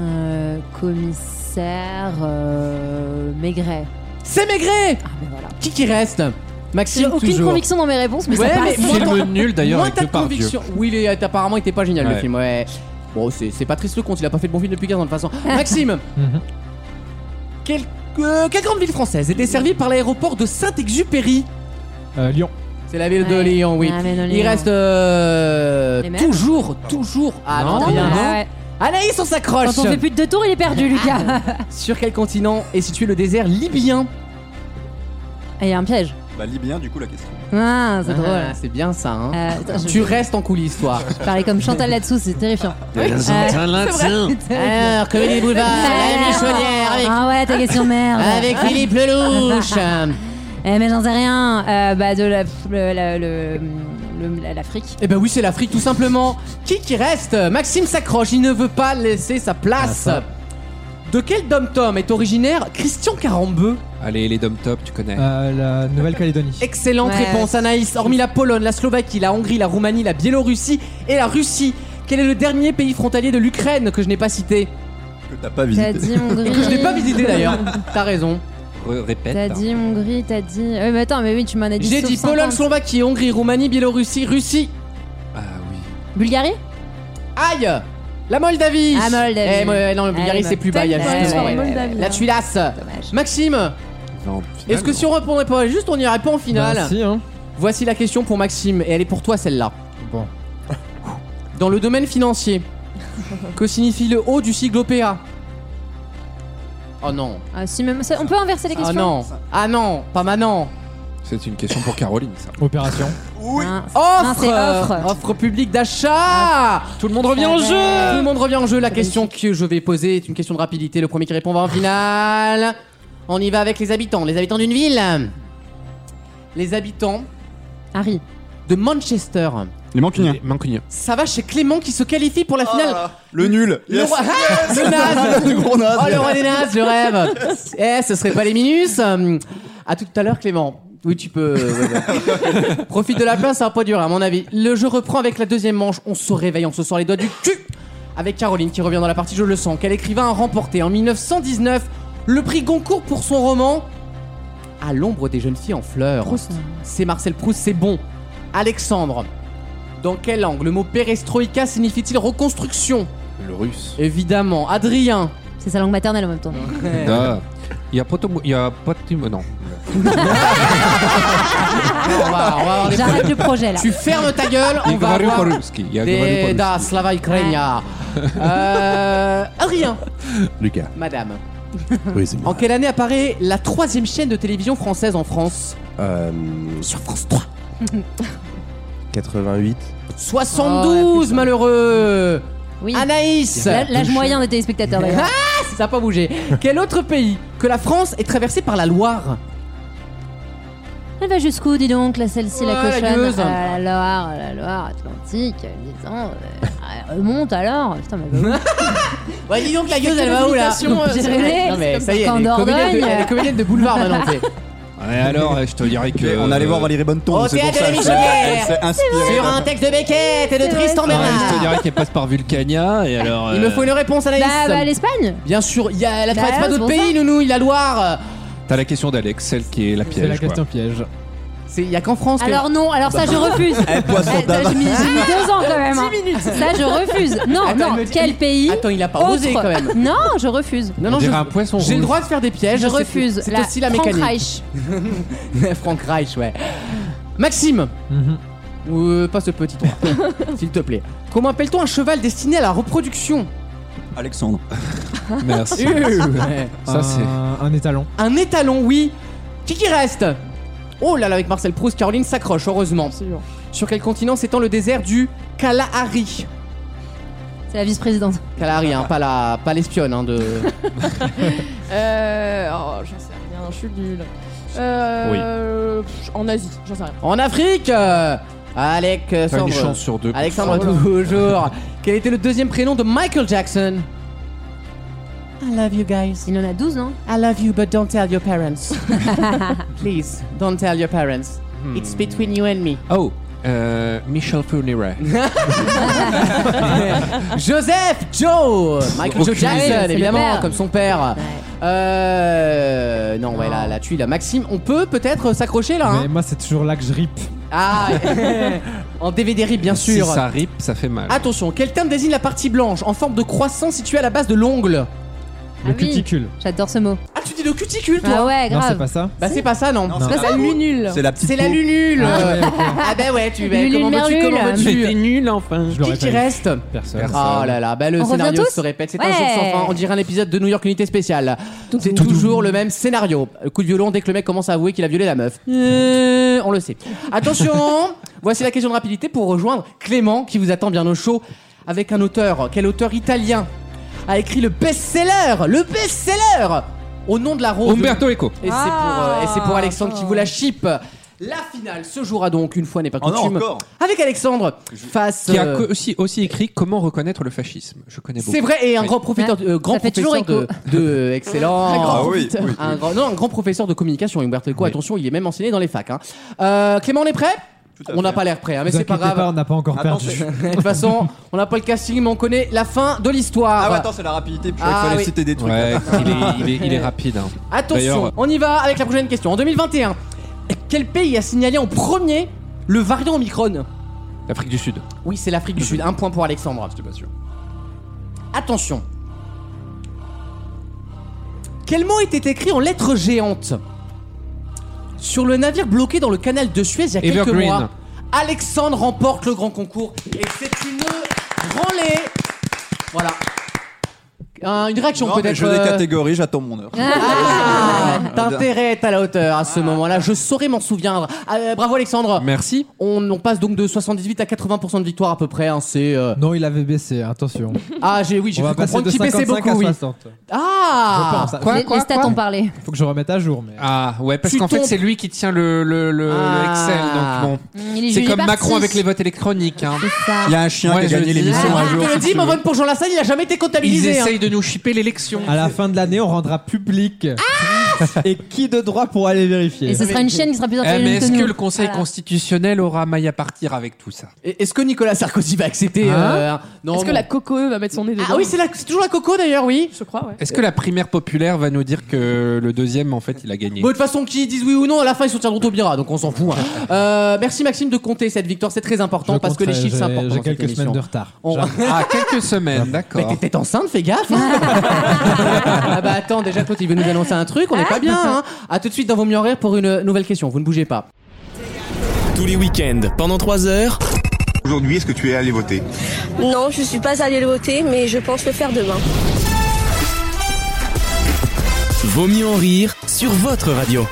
E: Euh, commissaire euh, Maigret.
B: C'est Maigret
E: Ah, mais voilà.
B: Qui qui reste
E: J'ai
B: Maxime
E: Euh, aucune
B: toujours.
E: conviction dans mes réponses, mais
B: Ouais,
E: ça
B: mais
E: passe.
B: moi,
D: Film
B: t'as-
D: nul d'ailleurs
B: Moins
D: avec
B: t'as
D: le
B: de
D: pardieu.
B: conviction. Oui, il est- apparemment, il était pas génial le
D: Ouais.
B: film, ouais. Bon, c'est c'est Patrice Lecomte, il a pas fait de bon film depuis 15 ans de toute façon. Maxime
C: Mhm.
B: quel- euh, Quelle grande ville française est desservie par l'aéroport de Saint-Exupéry
C: Euh, Lyon.
B: C'est la ville de
E: Ouais.
B: Lyon, oui.
E: Ah, mais non,
B: Il
E: Lyon.
B: reste euh,
E: Les mêmes
B: toujours, toujours à
D: Non.
E: Ah,
B: Adrien.
E: ouais.
B: Anaïs, on s'accroche
E: Quand on fait plus de deux tours, il est perdu,
B: Ah,
E: Lucas.
B: Sur quel continent est situé le désert libyen
E: Et Ah, il y a un piège.
F: Bah, libyen, du coup, la question.
E: Ah, c'est drôle.
B: Ah, C'est bien ça, hein.
E: Euh, attends, je-
B: Tu restes en coulisses, toi.
E: je parlais comme Chantal là-dessous, c'est terrifiant. Euh,
B: Alors, Comédie Boulevard, la Michonnière, avec,
E: Ah ouais, ta question de merde. Ah.
B: avec Philippe Lelouch.
E: Eh, mais j'en sais rien. Euh, bah, de la- le- la- le- le- la- l'Afrique.
B: Eh ben oui, c'est l'Afrique, tout simplement. Qui qui reste Maxime s'accroche, il ne veut pas laisser sa place.
C: Ah, ça.
B: De quel dom-tom est originaire Christian Carambeu
D: Allez, les dom top, tu connais.
C: Euh, la Nouvelle-Calédonie.
B: Excellente
E: Ouais.
B: réponse, Anaïs. Hormis la Pologne, la Slovaquie, la Hongrie, la Roumanie, la Biélorussie et la Russie, quel est le dernier pays frontalier de l'Ukraine que je n'ai pas cité
F: Que t'as pas
E: T'as
F: visité.
E: dit Hongrie.
B: Et que je n'ai pas visité d'ailleurs. T'as raison.
D: Re- Répète.
E: T'as
D: hein.
E: dit Hongrie, t'as dit. Ouais, mais attends, mais oui, tu m'en as dit.
B: J'ai
E: sauf
B: dit
E: 50.
B: Pologne, Slovaquie, Hongrie, Roumanie, Biélorussie, Russie.
D: Ah oui.
E: Bulgarie
B: Aïe La Moldavie
E: Ah, Moldavie.
B: Eh, mo- euh, non, le Bulgarie,
E: Allez,
B: c'est plus bas, il y a
E: Moldavie.
B: justement.
E: Ouais, ouais, ouais,
B: La Tulasse
E: Dommage.
B: Maxime,
D: Non,
B: est-ce que si on répondait pas juste, on irait pas en finale
C: Bah, si, hein.
B: Voici la question pour Maxime, et elle est pour toi celle-là.
C: Bon.
B: Dans le domaine financier, que signifie le haut du sigle OPA Oh non.
E: Ah, si, même ça- on peut inverser les
B: Ah
E: questions
B: non. Ah non, pas maintenant.
D: C'est une question pour Caroline, ça.
C: Opération.
E: Mince. Non,
B: Offre
E: Ah, c'est offre.
B: euh, Offre publique d'achat Tout le monde revient en jeu Tout le monde revient en jeu. La question que je vais poser est une question de rapidité. Le premier qui répond va en finale. On y va avec les habitants. Les habitants d'une ville. Les habitants
E: Harry.
B: de Manchester.
F: Les mancuniens.
D: Mancunien.
B: Ça va chez Clément qui se qualifie pour la finale.
F: Le nul.
B: Le roi, Ah, le naze.
F: Le gros naze.
B: Oh le roi des nazes, le rêve. Eh, ce serait pas les minus. Hum, À tout à l'heure, Clément. Oui, tu peux. ouais, ouais. Profite de la place, ça va pas durer, à mon avis. Le jeu reprend avec la deuxième manche. On se réveille, on se sort les doigts du cul. Avec Caroline qui revient dans la partie, je le sens. Quel écrivain a remporté en 1919 le prix Goncourt pour son roman À l'ombre des jeunes filles en fleurs C'est Marcel Proust, c'est bon. Alexandre. Dans quelle langue le mot perestroïka signifie-t-il reconstruction
D: Le russe.
B: Évidemment, Adrien.
E: C'est sa langue maternelle en même temps.
D: Ah. Il y a Potom... Il y a Potim... Non.
B: On va- on va avoir des
E: J'arrête le projet là.
B: Tu fermes ta gueule, on va
D: Igor
B: avoir
D: Yukorovski. Il y a Igor
B: des
D: Yukorovski.
B: da Slava Ukrainia. Euh, Adrien,
H: Lucas.
B: madame,
H: Oui, c'est
B: En quelle année apparaît la troisième chaîne de télévision française en France
H: Euh,
B: Sur France 3.
H: 88.
B: 72, malheureux
E: Oui.
B: Anaïs
E: L- L'âge moyen des téléspectateurs d'ailleurs.
B: Ah, ça n'a pas bougé. Quel autre pays que la France est traversé par la Loire
E: Elle va jusqu'où, dis donc, là, celle-ci,
B: Ouais,
E: la
B: la
E: cochonne
B: gueuse.
E: Ah, La Loire, la Loire Atlantique, disons. euh, elle remonte alors Putain, mais bah oui.
B: Ouais, dis donc, la gueule,
E: quelle
B: elle va où là
E: imitation, euh, c'est vrai,
B: Non, mais
E: c'est
B: ça y est,
E: comme
B: elle est, comédienne
E: ça.
B: de,
E: Dordogne.
B: elle est comédienne de boulevard maintenant, tu sais.
D: Ouais, alors, euh, je te dirais que. euh,
F: On allait voir Valérie Bonneton,
B: Au
F: c'est pour
B: théâtre
F: ça.
B: de la
F: elle s'est-
B: Michaudière.
F: Elle s'est inspirée.
B: Sur un texte de Beckett et de
E: C'est
B: Tristan
E: vrai,
D: Ouais, je te
B: Bernard.
D: dirais qu'elle passe par Vulcania et alors.
B: Il me
D: euh,
B: faut une réponse, Anaïs.
E: Bah, bah, l'Espagne
B: Bien sûr, il y a, elle traverse
E: Bah,
B: pas d'autres
E: c'est pour
B: pays, nounou, la Loire.
D: T'as la question d'Alex, celle qui est la
C: C'est
D: piège.
C: la
D: quoi.
C: question piège.
B: C'est- Il y a qu'en France. que- Bah,
E: Alors non, alors ça, je refuse
F: Elle poisson
E: Eh, ça, J'ai mis, j'ai mis deux ans quand même hein. Ça, je refuse Non,
B: Attends,
E: non,
B: elle me dit-
E: quel pays
B: Attends, il a pas
E: Autre.
B: osé quand même.
E: Non, je refuse
B: Non,
D: On
B: non, je-
D: dirait un poisson
B: j'ai le
D: rouge.
B: droit de faire des pièges.
E: Je
B: c'est-
E: refuse
B: C'est
E: La
B: aussi la
E: Frank
B: mécanique.
E: Reich.
B: Frank Reich, ouais. Maxime
C: Mhm.
B: Euh, Pas ce petit toi, s'il te plaît. Comment appelle-t-on un cheval destiné à la reproduction
F: Alexandre.
D: Merci.
B: Ouais.
D: Ça, c'est.
C: Un un étalon.
B: Un étalon, oui. Qui qui reste Oh là là, avec Marcel Proust, Caroline s'accroche, heureusement.
G: Absolument.
B: Sur quel continent s'étend le désert du Kalahari
E: C'est la vice-présidente.
B: Kalahari, hein, pas la, pas l'espionne, hein, de.
G: Euh. Oh, j'en sais rien, je suis nulle. Euh. pff, En Asie, j'en sais rien.
B: En Afrique, euh,
D: T'as une
B: Alexandre.
D: chance sur deux.
B: Alexandre toujours. Quel était le deuxième prénom de Michael Jackson I love you guys.
E: Il en a 12, non
B: I love you, but don't tell your parents. Please, don't tell your parents. It's between you and me.
D: Oh, euh, Michel Fourniret.
B: Joseph Joe Michael Joe
D: Aucune idée.
B: Jackson,
E: C'est le
B: évidemment,
E: père.
B: comme son père. Euh. Non, ouais,
E: Non.
B: là, là, tu es là. Maxime, on peut peut-être s'accrocher là.
C: Mais
B: Hein
C: moi, c'est toujours là que je rip.
B: ah En DVD rip, bien sûr.
D: Si ça rip, ça fait mal.
B: Attention, quel terme désigne la partie blanche en forme de croissant située à la base de l'ongle
E: Ah
C: Le
E: oui.
C: cuticule.
E: J'adore ce mot.
B: Ah, tu dis le cuticule, toi
E: Ah ouais,
C: Non, c'est
E: grave.
C: pas ça.
B: Bah, c'est pas ça, non.
C: Non.
F: c'est
E: pas ça,
G: Lunule.
F: C'est la petite.
B: C'est la
F: peau.
B: lunule
C: Ah
B: Ah,
C: ouais, ok.
B: bah ouais, tu bah,
E: Lulule
B: comment veux-tu
E: merlule.
B: Comment veux-tu
D: nul enfin.
C: Je l'aurais
B: Qui qui
C: pas eu.
B: reste
C: Personne.
D: Personne.
B: Oh là là, bah le
E: On revient
B: scénario
E: tous
B: se répète, c'est un
E: Ouais.
B: jour sans fin, on dirait un épisode de New York Unité Spéciale. C'est toujours le même scénario. Le coup de violon dès que le mec commence à avouer qu'il a violé la meuf. Euh, on le sait. Attention, voici la question de rapidité pour rejoindre Clément qui vous attend bien au chaud avec un auteur. Quel auteur italien a écrit le best-seller Le best-seller Au nom de la rose.
D: Umberto Eco.
B: Et c'est pour,
G: Ah.
B: euh, et c'est pour Alexandre qui vous la chip. La finale se jouera donc, une fois n'est pas
F: Oh non,
B: coutume,
F: encore.
B: avec Alexandre face.
D: Qui a
B: euh,
D: co- aussi, aussi écrit Comment reconnaître le fascisme. Je connais beaucoup.
B: c'est vrai, et un
D: Oui.
B: grand professeur, euh, grand
E: Ça fait toujours
B: professeur de, de- excellent.
F: Ah oui, oui.
B: Un grand, non, un grand professeur de communication, Humberto Eco. Attention, il est même enseigné dans les facs. hein. Euh, Clément, on est prêt
F: à
B: On n'a
F: fait.
B: pas l'air prêt, hein, mais
C: Vous
B: c'est pas
C: inquiétez
B: grave. Ah,
C: pas, on n'a pas encore
F: Attends,
C: perdu.
F: c'est-
B: De toute façon, on n'a pas le casting, mais on connaît la fin de l'histoire.
F: Ah ouais, attends, c'est la rapidité. Puis je crois
B: Ah
F: qu'il fallait
B: oui.
F: citer des trucs.
D: Ouais,
F: attends.
D: il est, il est- il est rapide. hein.
B: Attention,
F: euh.
D: D'ailleurs-
B: on y va avec la prochaine question. En 2021, quel pays a signalé en premier le variant Omicron
D: L'Afrique du Sud.
B: Oui, c'est l'Afrique du Sud. Un point pour Alexandre.
F: J'étais pas sûr.
B: Attention. Quel mot était écrit en lettres géantes sur le navire bloqué dans le canal de Suez il y a quelques
D: Evergreen.
B: mois Alexandre remporte le grand concours et c'est une branlée. Voilà. Un- une réaction
F: Non, mais
B: peut-être.
F: jeu des
B: euh,
F: catégories, j'attends mon heure.
B: ah, T'intérêt est à la hauteur à ce moment-là. Je saurais m'en souvenir. Euh, bravo Alexandre.
D: Merci.
B: On, on passe donc de 78 à 80% de victoire à peu près. hein, c'est euh,
C: Non, il avait baissé, attention.
B: ah j'ai oui j'ai
C: On
B: cru
C: va passer
B: comprendre
C: de
B: qu'il baissait
C: 55 à
B: beaucoup. Oui.
C: 60. Je
B: Ah
C: pense. hein.
D: Quoi,
E: les,
D: quoi,
E: les stats
D: quoi
E: ont parlé.
C: Faut que je remette à jour, mais. euh,
D: Ah ouais, parce
B: Tu
D: qu'en fait,
B: tombes.
D: c'est lui qui tient le, le, le- le
B: Ah.
D: Excel. Donc bon.
E: Mm, il est-
D: C'est
E: il est
D: comme
E: parti.
D: Macron avec les votes électroniques. hein.
E: C'est ça.
F: Il y a un chien
D: Moi,
F: qui a
D: je
F: gagné
D: dis-
F: l'émission
D: Ah,
F: un
B: Je
F: jour.
B: te le dis, mon vote pour Jean Lassalle, il a jamais été
D: Ils
B: comptabilisé. hein.
D: essayent de nous chipper l'élection.
C: À la fin de l'année, on rendra public.
B: Ah
C: Et qui de droit pour aller
E: Et
C: vérifier
E: ce sera une chaîne qui sera plus
D: Eh, mais
E: intelligente
D: est-ce
E: nous.
D: que le Conseil
E: Voilà.
D: constitutionnel aura maille à partir avec tout ça
B: Et- Est-ce que Nicolas Sarkozy va accepter
D: Hein
B: euh, non,
G: Est-ce que
B: non.
G: la coco E va mettre son nez dedans
B: Ah oui, c'est la- c'est toujours la coco d'ailleurs, oui.
G: Je crois, ouais.
D: Est-ce que la primaire populaire va nous dire que le deuxième, en fait, il a gagné
B: Bon, de toute façon, qu'ils disent oui ou non, à la fin ils soutiendront Taubira, donc on s'en fout. hein. Euh, merci Maxime de compter cette victoire, c'est très important
C: Je
B: parce que les
C: compterai,
B: chiffres c'est
C: j'ai-
B: important.
C: J'ai
B: dans cette
C: quelques semaines de
B: émission.
C: retard.
B: On-
C: J'avoue.
D: Ah, quelques semaines,
B: Mais
D: d'accord.
B: t'étais enceinte, fais gaffe! hein. ah bah attends, déjà quand il veut nous annoncer un truc, on n'est pas bien! Hein. À tout de suite dans Vos Mieux en Rire pour une nouvelle question, vous ne bougez pas.
A: Tous les week-ends, pendant 3 heures.
K: Aujourd'hui, est-ce que tu es allé voter
I: Non, je suis pas allée voter, mais je pense le faire demain.
A: Vaut mieux en rire sur votre radio.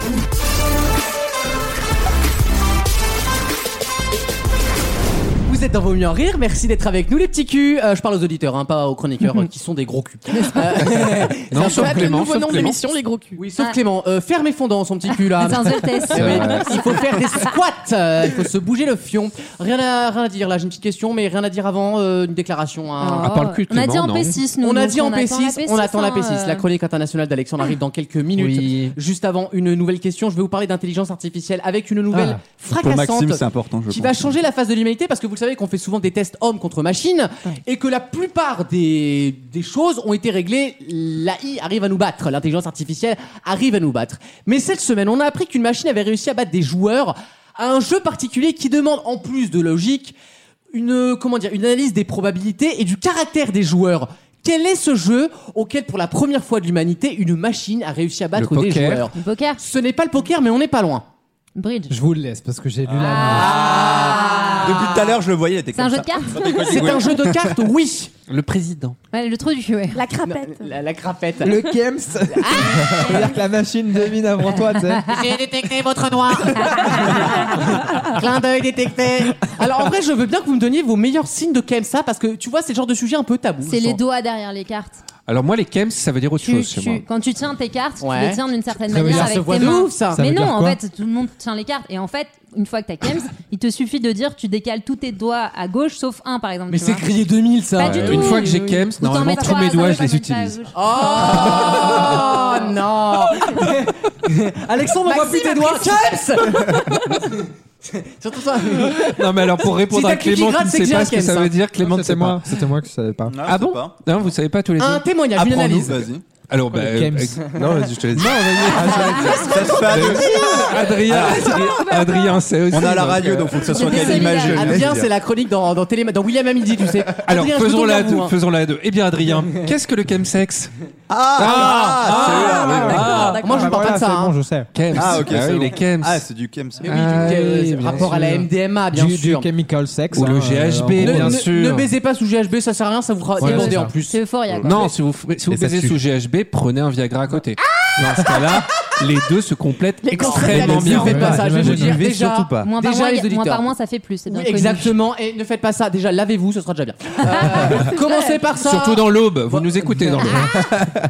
B: Vous êtes dans Vos mieux en rire, merci d'être avec nous les petits culs. Euh, je parle aux auditeurs, hein, pas aux chroniqueurs euh, qui sont des gros culs. Euh,
D: Non,
B: ça
D: sauf
B: va être
D: Clément,
B: le nouveau
D: sauf
B: nom de
D: Clément.
B: l'émission, les gros culs. Oui, sauf Clément, euh, ferme et fondant son petit cul là.
E: C'est un zoltesse.
B: Eh oui,
D: C'est vrai.
B: il faut faire des squats, euh, il faut se bouger le fion. Rien à, rien à dire là, j'ai une petite question, mais rien à dire avant euh, une déclaration. hein.
E: Oh.
D: Ah, parle cul,
E: on a dit
D: Clément,
E: en
D: non.
E: P6, nous.
B: on a
E: donc
B: dit en
E: attend la
B: P6, on attend la
E: hein,
B: P6. La
E: euh.
B: chronique internationale d'Alexandre arrive dans quelques minutes.
C: Oui.
B: Juste avant une nouvelle question, je vais vous parler d'intelligence artificielle avec une nouvelle
C: Ah.
F: Pour Maxime,
B: fracassante
F: c'est important, je
B: qui va
F: pense.
B: changer la face de l'humanité parce que vous le savez qu'on fait souvent des tests hommes contre machines et que la plupart des, des choses ont été réglées. L'AI arrive à nous battre, l'intelligence artificielle arrive à nous battre. Mais cette semaine, on a appris qu'une machine avait réussi à battre des joueurs à un jeu particulier qui demande en plus de logique une euh, comment dire une analyse des probabilités et du caractère des joueurs. Quel est ce jeu auquel pour la première fois de l'humanité une machine a réussi à battre
D: Le
B: des
D: poker.
B: joueurs
E: Le poker,
B: Ce n'est pas le poker, mais on n'est pas loin.
E: bridge.
C: Je vous le laisse parce
B: Ah.
C: que j'ai lu
F: Depuis tout à l'heure, je le voyais, il était
E: C'est un
F: comme
E: jeu
F: ça.
E: de cartes
B: C'est un jeu de cartes, oui.
D: Le président.
E: Ouais, le trou du cul, ouais.
G: La crapette.
B: La, la crapette.
C: la main. Le Kems.
B: Ah
C: C'est-à-dire que la machine devine avant toi, tu sais.
B: J'ai détecté votre noir. Clin d'œil détecté. Alors en vrai, je veux bien que vous me donniez vos meilleurs signes de KMSA parce que tu vois, c'est le genre de sujet un peu tabou.
E: C'est
B: je
E: les
B: sens.
E: doigts derrière les cartes.
D: Alors moi, les kems, ça veut dire autre
E: Tu-
D: chose chez
E: tu-
D: moi.
E: quand tu tiens tes cartes, tu
B: Ouais.
E: les tiens d'une certaine
C: Ça veut
E: manière
C: dire
B: Ça
E: avec
B: se voit
E: tes
B: de
E: mains.
B: ouf ça.
C: Ça
E: mais
C: veut
E: non,
C: dire
E: en
C: quoi
E: fait, tout le monde tient les cartes. Et en fait, une fois que t'as Kems, il te suffit de dire tu décales tous tes doigts à gauche sauf un, par exemple.
B: Mais
E: tu
B: c'est
E: vois.
B: crié 2000 ça.
E: Pas du tout.
D: Une fois que j'ai kems,
E: Ou t'en mets
D: normalement, tous
E: trois,
D: mes
E: ça
D: doigts,
E: veut
D: je les
E: pas mettre à
D: utilise.
E: gauche.
B: Oh non Alexandre, on voit plus tes doigts. James Surtout ça.
D: Non, mais alors pour répondre
B: Si
D: à
B: t'as cliqué
D: Clément, qui
B: gratte,
D: ne
B: c'est
D: sait
B: que j'ai
D: pas
B: un
D: ce que
B: Kems,
D: ça
B: hein.
D: veut dire, Clément, c'est moi.
C: C'était moi que je savais pas.
F: Non, je
D: Ah
F: sais
D: bon
F: pas.
D: Non, vous savez pas tous les
B: Un
D: deux
B: témoignage, une
F: Apprends-nous,
B: analyse.
F: vas-y.
D: Alors, bah,
C: Le Kems.
D: euh,
H: Non, vas-y, je te laisse.
F: Ça se fait à deux.
D: Adrien,
B: Ah,
D: Adrien, c'est aussi.
F: On a la
D: donc,
F: radio,
D: euh,
F: donc faut que ça soit
E: Désolé,
F: quasi
E: les gars.
F: imagé.
B: Adrien, c'est la chronique dans, dans, Télé- dans William à midi, tu sais.
D: Alors
B: Adrien, je me tourne
D: faisons-la à
B: vers vous,
D: deux.
B: hein.
D: Faisons-la à deux. Eh bien, Adrien, qu'est-ce que le chemsex Ah,
B: ah,
F: Ah, ah,
G: D'accord,
B: Moi, je
G: d'accord.
B: ne parle pas de ça.
C: Bah, C'est
B: hein.
C: bon, je sais.
D: Kems.
F: Ah, ok,
D: oui,
F: c'est bon.
D: les kems.
F: Ah, c'est du Kems.
B: Mais oui, du-
D: Ah
B: euh,
D: oui, bien
B: rapport à la
D: sûr.
B: MDMA, Ah, bien
C: Du, du
B: sûr.
C: chemical sex.
D: Ou le
C: hein,
D: GHB,
C: euh,
B: Ne-
C: en-
D: bien
B: ne,
D: sûr.
B: ne baisez pas sous GHB, ça sert à rien, ça vous fera
D: Ouais,
B: ébander
D: c'est ça.
B: en plus.
E: C'est euphoria, quoi.
D: Non, si vous, f- si vous
H: Et ça
D: baisez
H: tue.
D: sous GHB, prenez un Viagra à côté. Dans ce cas-là, les deux se complètent
B: Ah Les
D: extrêmement
B: contraceptifs,
D: bien.
B: Ne faites pas
C: Ouais,
B: ça, je vais vous
C: j'imagine.
B: dire
H: Vivez
B: déjà.
H: surtout pas.
E: Moins par
B: Déjà,
E: mois,
B: les
E: moins
B: auditeurs.
E: par mois, ça fait plus. c'est bien
B: Oui,
E: connu.
B: exactement, et ne faites pas ça. Déjà, lavez-vous, ce sera déjà bien. Euh, commencez par ça.
D: Surtout dans l'aube, vous nous écoutez dans l'aube.